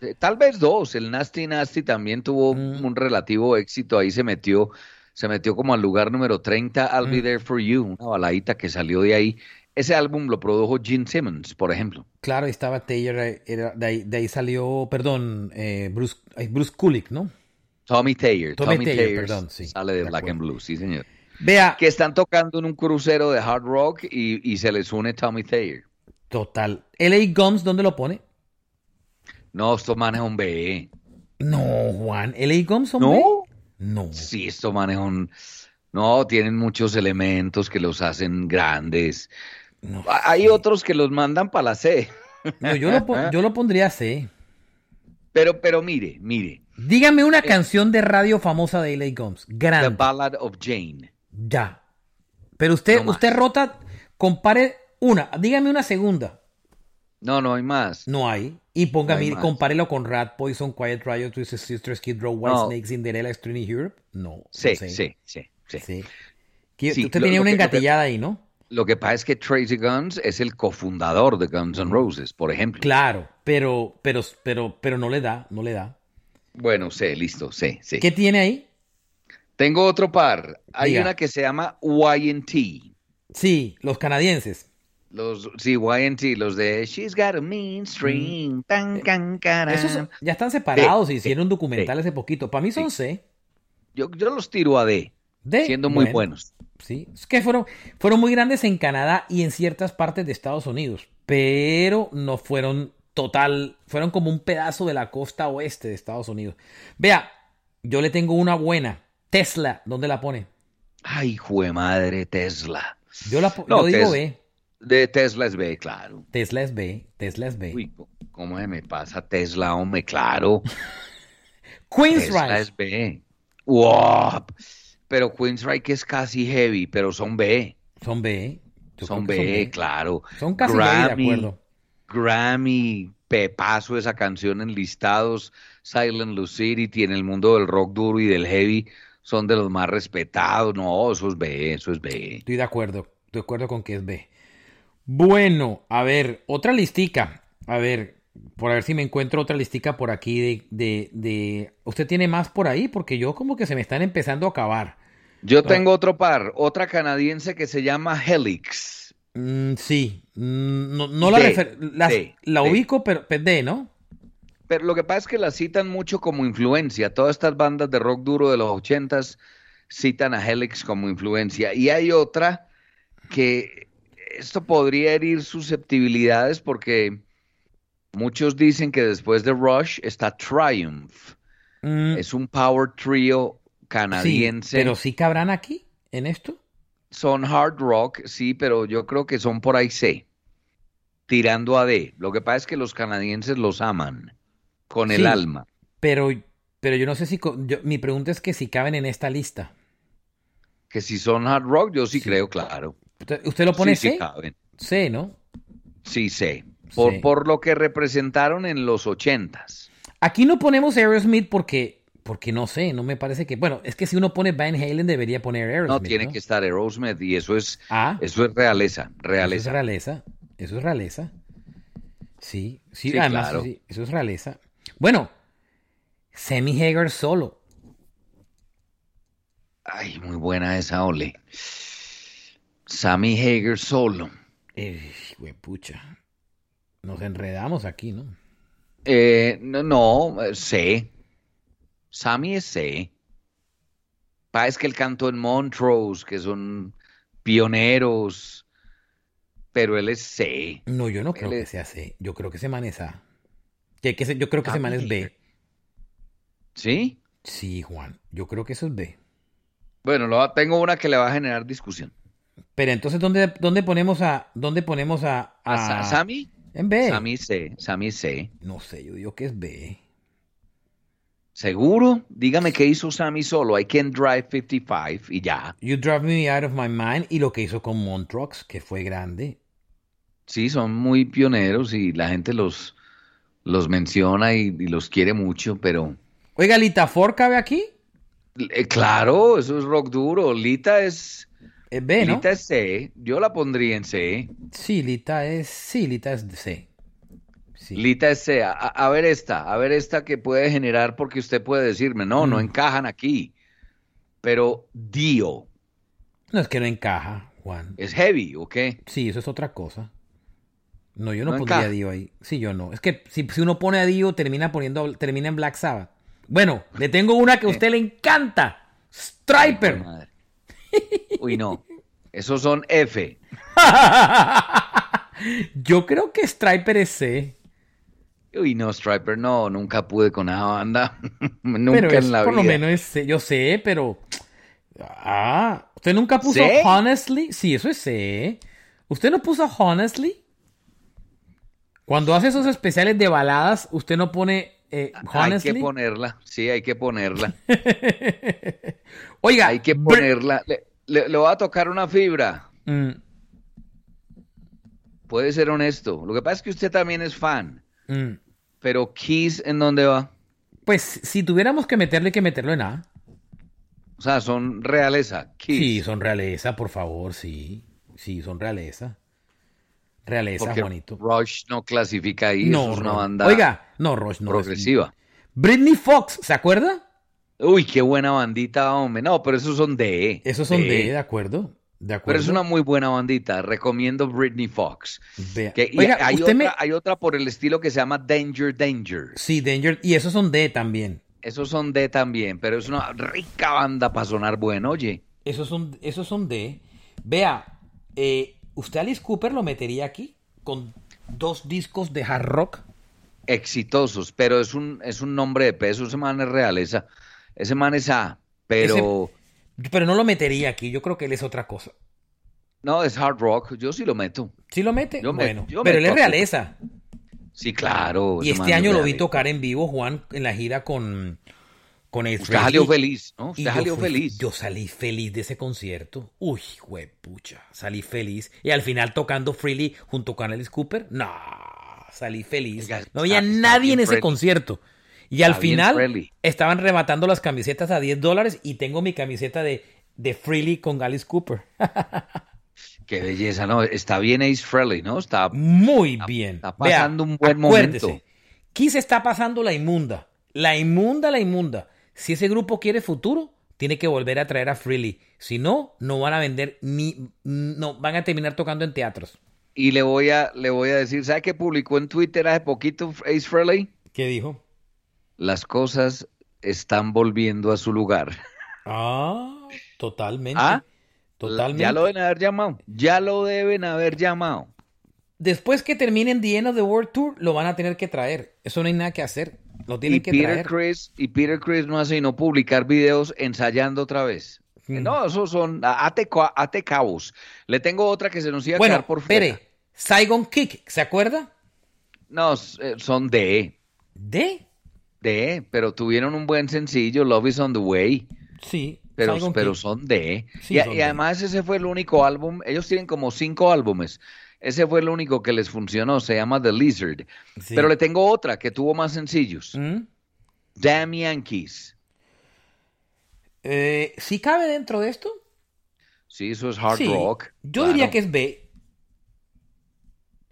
Eh, Tal vez dos. El Nasty Nasty también tuvo
Mm.
un relativo éxito. Ahí se metió, se metió como al lugar número 30, I'll
Mm.
Be There For You, una baladita que salió de ahí. Ese álbum lo produjo Gene Simmons, por ejemplo.
Claro, ahí estaba Taylor, eh, era- de, ahí, de ahí salió, perdón, eh, Bruce, ay, Bruce Kulick, ¿no?
Tommy Taylor.
Tommy
Tommy,
Thayer,
Taylor,
perdón, sí,
sale de,
de
Black and
acuerdo.
Blue, sí señor.
Vea,
Que están tocando en un crucero de hard rock y, y se les une Tommy Thayer.
total. LA Gums, ¿dónde lo pone?
No, estos manes son B. E.
No, Juan, LA Gums son
¿No?
B? No.
Sí, esto manejan. No, tienen muchos elementos que los hacen grandes.
No,
A- Hay otros que los mandan para la C.
No, yo, lo, pon- yo lo pondría C.
Pero, pero mire, mire.
Dígame
Eh.
una canción de radio famosa de LA Gums,
The
grande,
Ballad of Jane.
ya. Pero usted,
No más.
usted rota, compare una, dígame una segunda,
No, no hay más.
no hay, y póngame,
No hay más.
compárelo con Rat Poison, Quiet Riot, Twisted Sisters, Kid Row, White
No.
Snakes, Cinderella, Extreme Europe, no.
Sí,
no
sí,
sé.
sí, sí.
Sí. Que
Sí,
usted
lo-
tenía
lo
una
que- lo que-
engatillada ahí, ¿no?
Lo que pasa es que Tracy Guns es el cofundador de Guns N' Roses, por ejemplo.
Claro, pero, pero, pero, pero no le da, no le da.
Bueno, sé, listo, sé, sé.
¿Qué tiene ahí?
Tengo otro par. Hay
Diga.
una que se llama YNT.
Sí, los canadienses.
Los, sí, YNT, los de She's Got a Mean Stream.
Mm. Eh,
Tan, can, caram.
Esos ya están separados
Sí,
y hicieron un documental hace poquito. Para mí son C.
Yo, yo los tiro a D,
D.
siendo muy
Bueno,
buenos.
Sí, es que fueron, fueron muy grandes en Canadá y en ciertas partes de Estados Unidos, pero no fueron total, fueron como un pedazo de la costa oeste de Estados Unidos. Vea, yo le tengo una buena. Tesla, ¿dónde la pone?
Ay, jue madre, Tesla.
Yo la po-
No,
yo digo
Tes-
B.
De Tesla es B, claro.
Tesla es B, Tesla es B.
Uy, ¿cómo se me pasa Tesla, hombre? Claro.
Queen's
Tesla
Rise.
es B. Wow. Pero Queensryche es casi heavy, pero son B.
Son B. ¿eh? Yo
Son B,
creo que
claro.
Son casi B,
Grammy,
de acuerdo.
Grammy, pepazo esa canción en listados. Silent Lucidity en el mundo del rock duro y del heavy son de los más respetados. No, eso es B, eso es B.
Estoy de acuerdo. Estoy de acuerdo con que es B. Bueno, a ver, otra listica. A ver, por a ver si me encuentro otra listica por aquí de, de, de- ¿Usted tiene más por ahí? Porque yo como que se me están empezando a acabar. Ah.
Yo tengo otro par, otra canadiense que se llama Helix.
Mm, sí. Mm, No, no la
D,
refer- las-
D,
La
D.
ubico, pero pero D, ¿no?
Pero lo que pasa es que la citan mucho como influencia. Todas estas bandas de rock duro de los ochentas citan a Helix como influencia. Y hay otra que esto podría herir susceptibilidades porque muchos dicen que después de Rush está Triumph.
Mm,
Es un power trio
sí,
canadiense.
pero sí cabrán aquí, en esto.
Son hard rock, sí, pero yo creo que son por ahí C, tirando a D. Lo que pasa es que los canadienses los aman con el
Sí.
alma.
Pero, pero yo no sé si... co- yo- mi pregunta es que si caben en esta lista.
Que si son hard rock, yo sí,
Sí.
creo, claro.
¿Usted, usted lo pone
sí,
C?
sí caben.
C, ¿no?
Sí, C. por,
Sí.
por lo que representaron en los ochentas.
Aquí no ponemos Aerosmith porque, porque no sé, no me parece que. Bueno, es que si uno pone Van Halen debería poner Aerosmith.
No tiene que estar Aerosmith y eso es,
Ah, eso
eso es realeza,
es
realeza.
realeza. Eso es realeza. Sí, sí,
Sí,
además,
claro.
sí, eso es realeza. Bueno, Sammy Hagar solo.
Ay, muy buena esa, Ole. Sammy Hager solo.
Eh, pucha. Nos enredamos aquí, ¿no?
Eh, no, no, eh, C. Sammy es C. Pa, es que él cantó en Montrose, que son pioneros, pero él es C.
No, yo no creo
Él
que
es-
sea C. Yo creo que se man es A. Que, que se- yo creo que se man es B.
¿Sí?
Sí, Juan. Yo creo que eso es B.
Bueno, lo- tengo una que le va a generar discusión.
Pero entonces, ¿dónde, dónde ponemos a. ¿Dónde ponemos a.
¿A Sa-
a-
Sammy?
En B.
Sammy C. Sammy C.
No sé, yo digo que es B.
¿Seguro? Dígame qué hizo Sammy solo. I can drive 55 y ya.
You Drive Me Out of My Mind y lo que hizo con Montrox, que fue grande.
Sí, son muy pioneros y la gente los, los menciona y- y los quiere mucho, pero...
Oiga, Lita Ford cabe aquí.
Eh, claro, eso es rock duro. Lita es,
Es Eh, B, ¿no?
Lita es C. Yo la pondría en C.
Sí, Lita es. Sí, Lita es C. Sí.
Lita es C. A, a ver esta, a ver esta que puede generar porque usted puede decirme, no, no
Mm.
encajan aquí. Pero Dio,
no es que no encaja, Juan.
¿es heavy o qué?
Sí, eso es otra cosa. No, yo no,
No
pondría
encaja.
a Dio ahí. Sí, yo no. Es que si, si uno pone a Dio, termina poniendo termina en Black Sabbath. Bueno, le tengo una que a usted le encanta. Striper.
Madre. Uy, no. Esos son F.
yo creo que Striper es C.
Uy, no, Striper, no, nunca pude con esa banda.
Pero
Nunca
es-
en la
por lo
vida.
menos es C. Yo sé, pero. Ah, ¿usted nunca puso
¿C?
Honestly? Sí, eso es C. ¿Usted no puso Honestly? Cuando hace esos especiales de baladas, ¿usted no pone eh,
Hay
Honestly?
que ponerla, sí, hay que ponerla.
Oiga,
Hay que
Br-
ponerla. Le, le- le va a tocar una fibra.
Mm,
Puede ser honesto. Lo que pasa es que usted también es fan.
mm.
Pero Kiss, ¿en dónde va?
Pues si tuviéramos que meterlo, hay que meterlo en A.
O sea, son realeza. Kiss.
Sí, son realeza, por favor, sí. Sí, son realeza. Realeza,
Porque
Juanito.
Rush no clasifica ahí. eso es una
Ro-
banda
Oiga, no, Roche, no.
progresiva.
Britney Fox, ¿se acuerda?
Uy, qué buena bandita, hombre. No, pero esos son de. E.
Esos son de, de acuerdo. De acuerdo.
Pero es una muy buena bandita. Recomiendo Britney Fox.
Vea.
Que- y
Oiga,
hay,
usted
otra,
me.
hay otra por el estilo que se llama Danger Danger.
Sí, Danger. Y esos son D también.
Esos son de E también, pero es una rica banda para sonar bueno, oye.
Esos son, esos son D. Vea, eh, ¿usted Alice Cooper lo metería aquí? Con dos discos de hard rock.
exitosos, pero es un, es un nombre de peso, ese man es realeza, ese man es A, pero
Pero no lo metería aquí, yo creo que él es otra cosa.
no, es hard rock, yo sí lo meto.
¿Sí lo mete?
Yo me- Pues,
bueno,
yo
pero él es
meto a Cooper.
realeza.
Sí, claro.
Y
ese man
este
es
año lo vi
realeza.
tocar en vivo, Juan, en la gira con, con Ace
Usted
Frehley.
salió feliz, ¿no?
Y
Usted
yo,
salió
fui-
feliz.
yo salí feliz de ese concierto. Uy, pucha, salí feliz. Y al final tocando Freely junto con Alice Cooper, no, salí feliz.
Oiga,
no había
está- está
nadie
bien
en ese
Frehley.
concierto. Y al
Está bien
final
Frehley.
estaban rematando las camisetas a 10 dólares y tengo mi camiseta de, de Freely con Alice Cooper.
Qué belleza, ¿no? Está bien Ace Frehley, ¿no? Está...
Mm. Muy bien.
está pasando un buen
acuérdese,
momento.
Kiss está pasando la inmunda. La inmunda, la inmunda. Si ese grupo quiere futuro, tiene que volver a traer a Freely. Si no, no van a vender ni. No, van a terminar tocando en teatros.
Y le voy a, le voy a decir, ¿sabe qué publicó en Twitter hace poquito Ace Frehley?
¿Qué dijo?
Las cosas están volviendo a su lugar.
Ah, totalmente.
¿Ah?
Totalmente.
Ya lo deben haber llamado. Ya lo deben haber llamado.
Después que terminen The End of the World Tour, lo van a tener que traer. Eso no hay nada que hacer. Lo tienen
y
que
Peter
traer.
Chris y Peter Chris no hace sino publicar videos ensayando otra vez.
Mm.
No, esos son a- ate, cua- ate cabos. Le tengo otra que se nos iba a
Bueno,
quedar por fuera.
espere. Saigon Kick, ¿se acuerda?
No, s- eh, son de
De.
de, E, pero tuvieron un buen sencillo, Love is on the way,
Sí.
pero
Saigon
pero
Kick.
son de. E.
Sí,
y, a-
son
y
de. E.
además ese fue el único álbum, ellos tienen como cinco álbumes Ese fue lo único que les funcionó, se llama The Lizard.
Sí.
Pero le tengo otra que tuvo más sencillos.
¿Mm?
Damn Yankees.
Eh, ¿Sí cabe dentro de esto?
Sí, eso es hard
Sí.
rock.
Yo
claro.
diría que es B.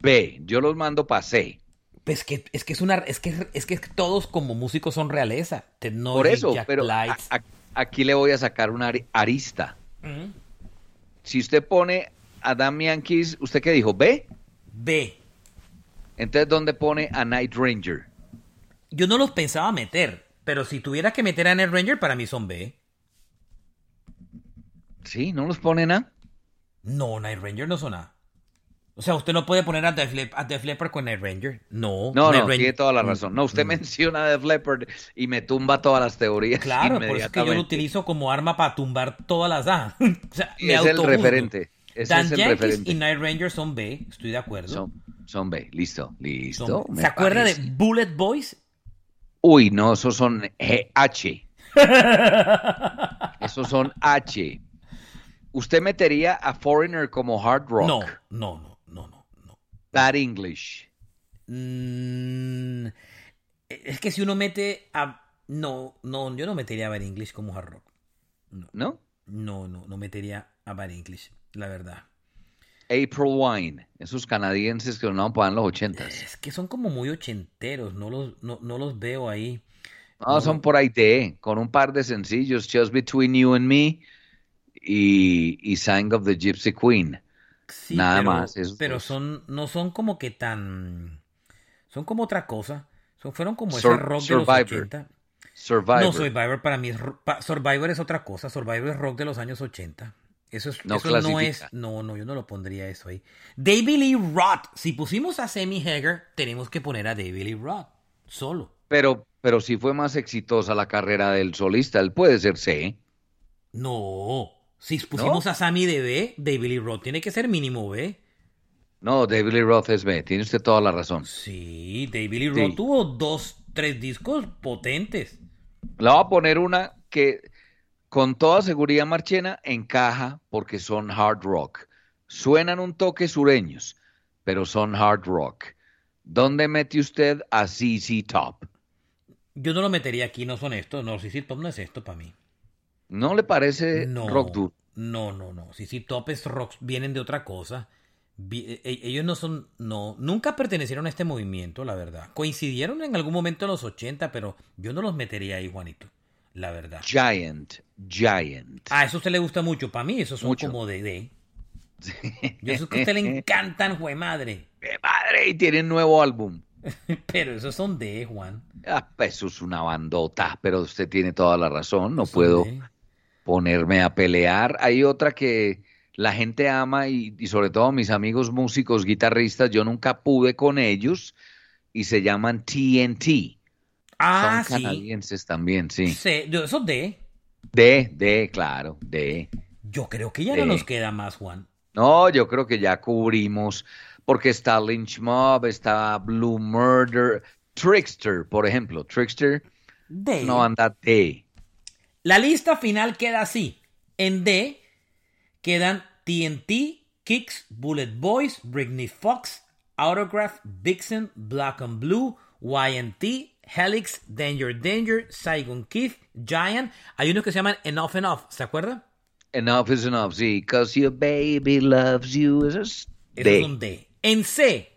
B, yo los mando para C.
Pues que, es que es una es que es que todos como músicos son realeza. Ted
Por
Nugent,
eso,
Jack
pero a-
Lights.
a- aquí le voy a sacar una ari- arista.
¿Mm?
Si usted pone a Damn Yankees, ¿usted qué dijo? B.
B.
Entonces, ¿dónde pone a Night Ranger?
Yo no los pensaba meter, pero si tuviera que meter a Ned Ranger, para mí son B.
Sí, no los ponen a.
No, Night Ranger no son A. O sea, usted no puede poner a Def, Lep- a Def Leppard con Night Ranger. No.
No,
Oh, Night
no,
Ranger- Mm.
tiene toda la razón. No, usted menciona a Def Leppard y me tumba todas las teorías.
Claro, por eso es que yo lo
inmediatamente.
utilizo como arma para tumbar todas las A. O sea,
Y
me
es el
autojuzgo.
referente. Ese
Dan
es el
Yankees
referente.
y Night Ranger son B, estoy de acuerdo.
Son, son B, listo, listo.
Son B.
me
¿Se acuerda
parece.
de Bullet Boys?
Uy, no, esos son eh, H. esos son H. ¿Usted metería a Foreigner como hard rock?
No, no, no, no, no. no.
Bad English.
Mm, es que si uno mete a... No, no, yo no metería a Bad English como hard rock.
¿No?
No, no, no metería a Bad English, la verdad.
April Wine. Esos canadienses que no para en los ochentas.
Es que son como muy ochenteros, no los, no, no los veo ahí.
No, son por ahí de, con un par de sencillos, Just Between You and Me y, y Sang of the Gypsy Queen.
Sí,
Nada
pero,
más, esos
pero
dos.
son, no son como que tan, son como otra cosa. Son, fueron como ese
Sur-
rock de los
Survivor.
80.
Survivor.
No, Survivor para mí es, ro- pa- Survivor es otra cosa. Survivor es rock de los años 80. Eso, es,
No
eso no es.
clasifica.
No, no, yo no lo pondría eso ahí. David Lee Roth. Si pusimos a Sammy Hager, tenemos que poner a David Lee Roth. Solo.
Pero, pero sí fue más exitosa la carrera del solista. Él puede ser C. ¿eh?
No. Si pusimos a Sammy de B, David Lee Roth tiene que ser mínimo B.
No, David Lee Roth es B. Tiene usted toda la razón.
Sí, David Lee Roth
Sí.
tuvo dos, tres discos potentes.
Le voy a poner una que con toda seguridad marchena encaja porque son hard rock. Suenan un toque sureños, pero son hard rock. ¿Dónde mete usted a CC Top?
Yo no lo metería aquí, no son estos. No, sí, sí, Top no es esto para mí.
¿No le parece
No,
rock duro?
no, no, no. Sí, sí, Top es rock, vienen de otra cosa. Vi- e- e- ellos no son, no, nunca pertenecieron a este movimiento, la verdad. Coincidieron en algún momento en los 80, pero yo no los metería ahí, Juanito, la verdad.
Giant, Giant.
A eso usted le gusta mucho, para mí esos son
Mucho.
como de de. Yo sé que a usted le encantan, jue madre,
¡Qué madre! Y tiene nuevo álbum.
pero esos son de, Juan.
Ah, pues, eso es una bandota, pero usted tiene toda la razón. No
Son
puedo
de.
ponerme a pelear. Hay otra que la gente ama y, y sobre todo mis amigos músicos, guitarristas, yo nunca pude con ellos y se llaman TNT.
Ah,
Son
sí.
canadienses también, sí.
Se- yo- esos de.
De, de, claro, de.
Yo creo que ya
De.
no nos queda más, Juan.
No, yo creo que ya cubrimos porque está Lynch Mob, está Blue Murder, Trickster, por ejemplo. Trickster,
De.
no anda de.
La lista final queda así. En D quedan TNT, Kicks, Bullet Boys, Britney Fox, Autograph, Vixen, Black and Blue, YNT, Helix, Danger Danger, Saigon Keith, Giant. Hay unos que se llaman Enough Enough, ¿se acuerda?
Enough is enough, sí. Cause your baby loves you. Eso es
Esos
de.
son D. En C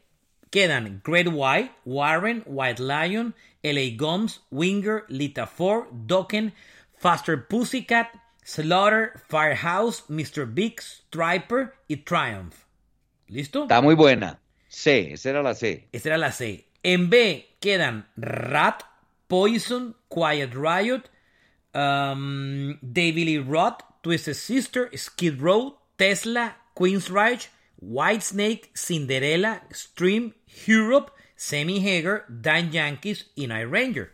quedan Great White, Warren, White Lion, LA Gums, Winger, Lita Ford, Dokken, Faster Pussycat, Slaughter, Firehouse, Mr. Big, Striper y Triumph. ¿Listo?
Está muy buena. C, esa era la C.
Esa era la C. En B quedan Rat, Poison, Quiet Riot, um, David Lee Roth, Twisted Sister, Skid Row, Tesla, Queensryche, Whitesnake, Cinderella, Stream, Europe, Sammy Hager, Dan Yankees y Night Ranger.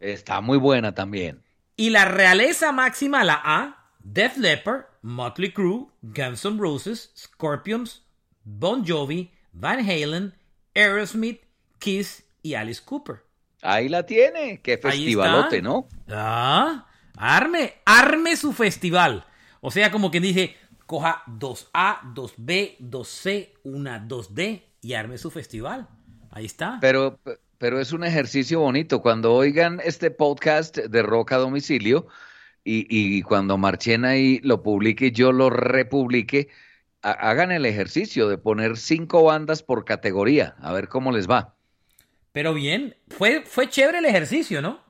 Está muy buena también.
Y la realeza máxima, la A, Def Leppard, Motley Crue, Guns N' Roses, Scorpions, Bon Jovi, Van Halen, Aerosmith, Kiss y Alice Cooper.
Ahí la tiene. Qué
Ahí
festivalote,
está.
¿no?
Ah, arme, arme su festival. O sea, como quien dice, coja 2A, 2B, 2C, una 2D y arme su festival. Ahí está.
Pero, pero es un ejercicio bonito. Cuando oigan este podcast de Roca a Domicilio y, y cuando Marchena ahí lo publique y yo lo republique, ha- hagan el ejercicio de poner cinco bandas por categoría, a ver cómo les va.
Pero bien, fue, fue chévere el ejercicio, ¿no?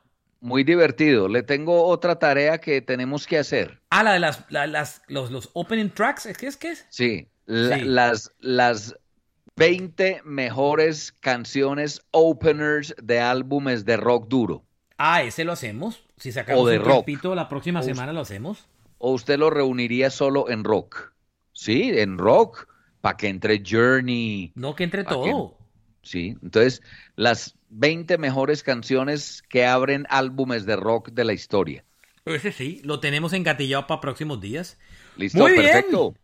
Muy divertido. Le tengo otra tarea que tenemos que hacer.
Ah, la de las, la- las- los, los opening tracks, ¿es que es que es?
Sí, la-
Sí.
Las, las 20 mejores canciones openers de álbumes de rock duro.
Ah, ese lo hacemos. Si sacamos
O de
un
rock.
tiempito, la próxima
O-
semana lo hacemos.
¿O usted lo reuniría solo en rock? Sí, en rock, para que entre Journey.
No, que entre
¿Para
todo.
qué no? Sí, entonces las 20 mejores canciones que abren álbumes de rock de la historia.
Ese sí, lo tenemos engatillado para próximos días.
Listo,
Muy bien.
perfecto.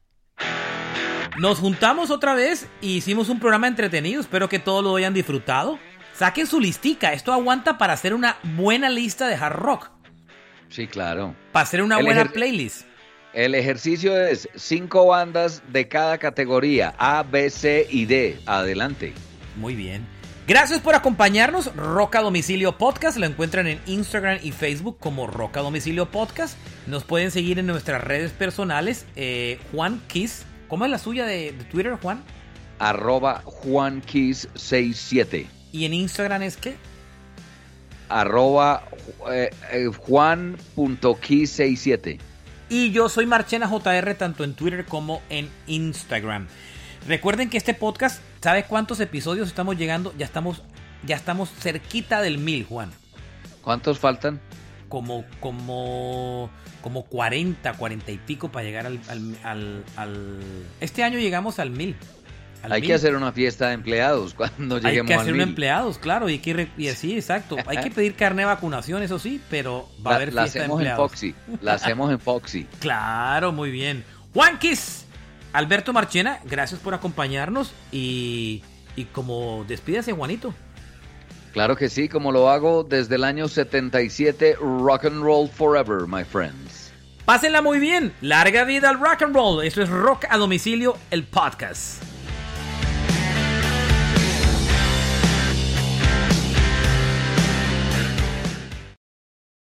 Nos juntamos otra vez y hicimos un programa entretenido. Espero que todos lo hayan disfrutado. Saquen su listica. Esto aguanta para hacer una buena lista de hard rock.
Sí, claro.
Para hacer una
El
buena
ejer-
playlist.
El ejercicio es cinco bandas de cada categoría, A, B, C y D. Adelante.
Muy bien. Gracias por acompañarnos. Roca Domicilio Podcast lo encuentran en Instagram y Facebook como Roca Domicilio Podcast. Nos pueden seguir en nuestras redes personales. eh, Juan Kiss. ¿Cómo es la suya de, de Twitter, Juan?
Arroba JuanKiss67.
Y en Instagram es que.
Arroba eh, eh, Juan.Kiss67.
Y yo soy Marchena JR tanto en Twitter como en Instagram. Recuerden que este podcast, ¿sabes cuántos episodios estamos llegando? Ya estamos, ya estamos cerquita del mil, Juan.
¿Cuántos faltan?
Como, como, como 40, 40 y pico para llegar al, al- al- al- Este año llegamos al mil. Al
Hay
mil.
que hacer una fiesta de empleados cuando
Hay
lleguemos
que hacer
al
un
mil.
empleados, claro, y, hay que re- y así, exacto. Hay que pedir carne de vacunación, eso sí, pero va a
La-
haber
la
fiesta de
hacemos en
empleados.
Foxy. La hacemos en Foxy.
Claro, muy bien. Juanquis, Alberto Marchena, gracias por acompañarnos y, y como despídase, Juanito.
Claro que sí, como lo hago desde el año 77, Rock and Roll Forever, my friends.
Pásenla muy bien. Larga vida al rock and roll. Esto es Rock a domicilio, el podcast.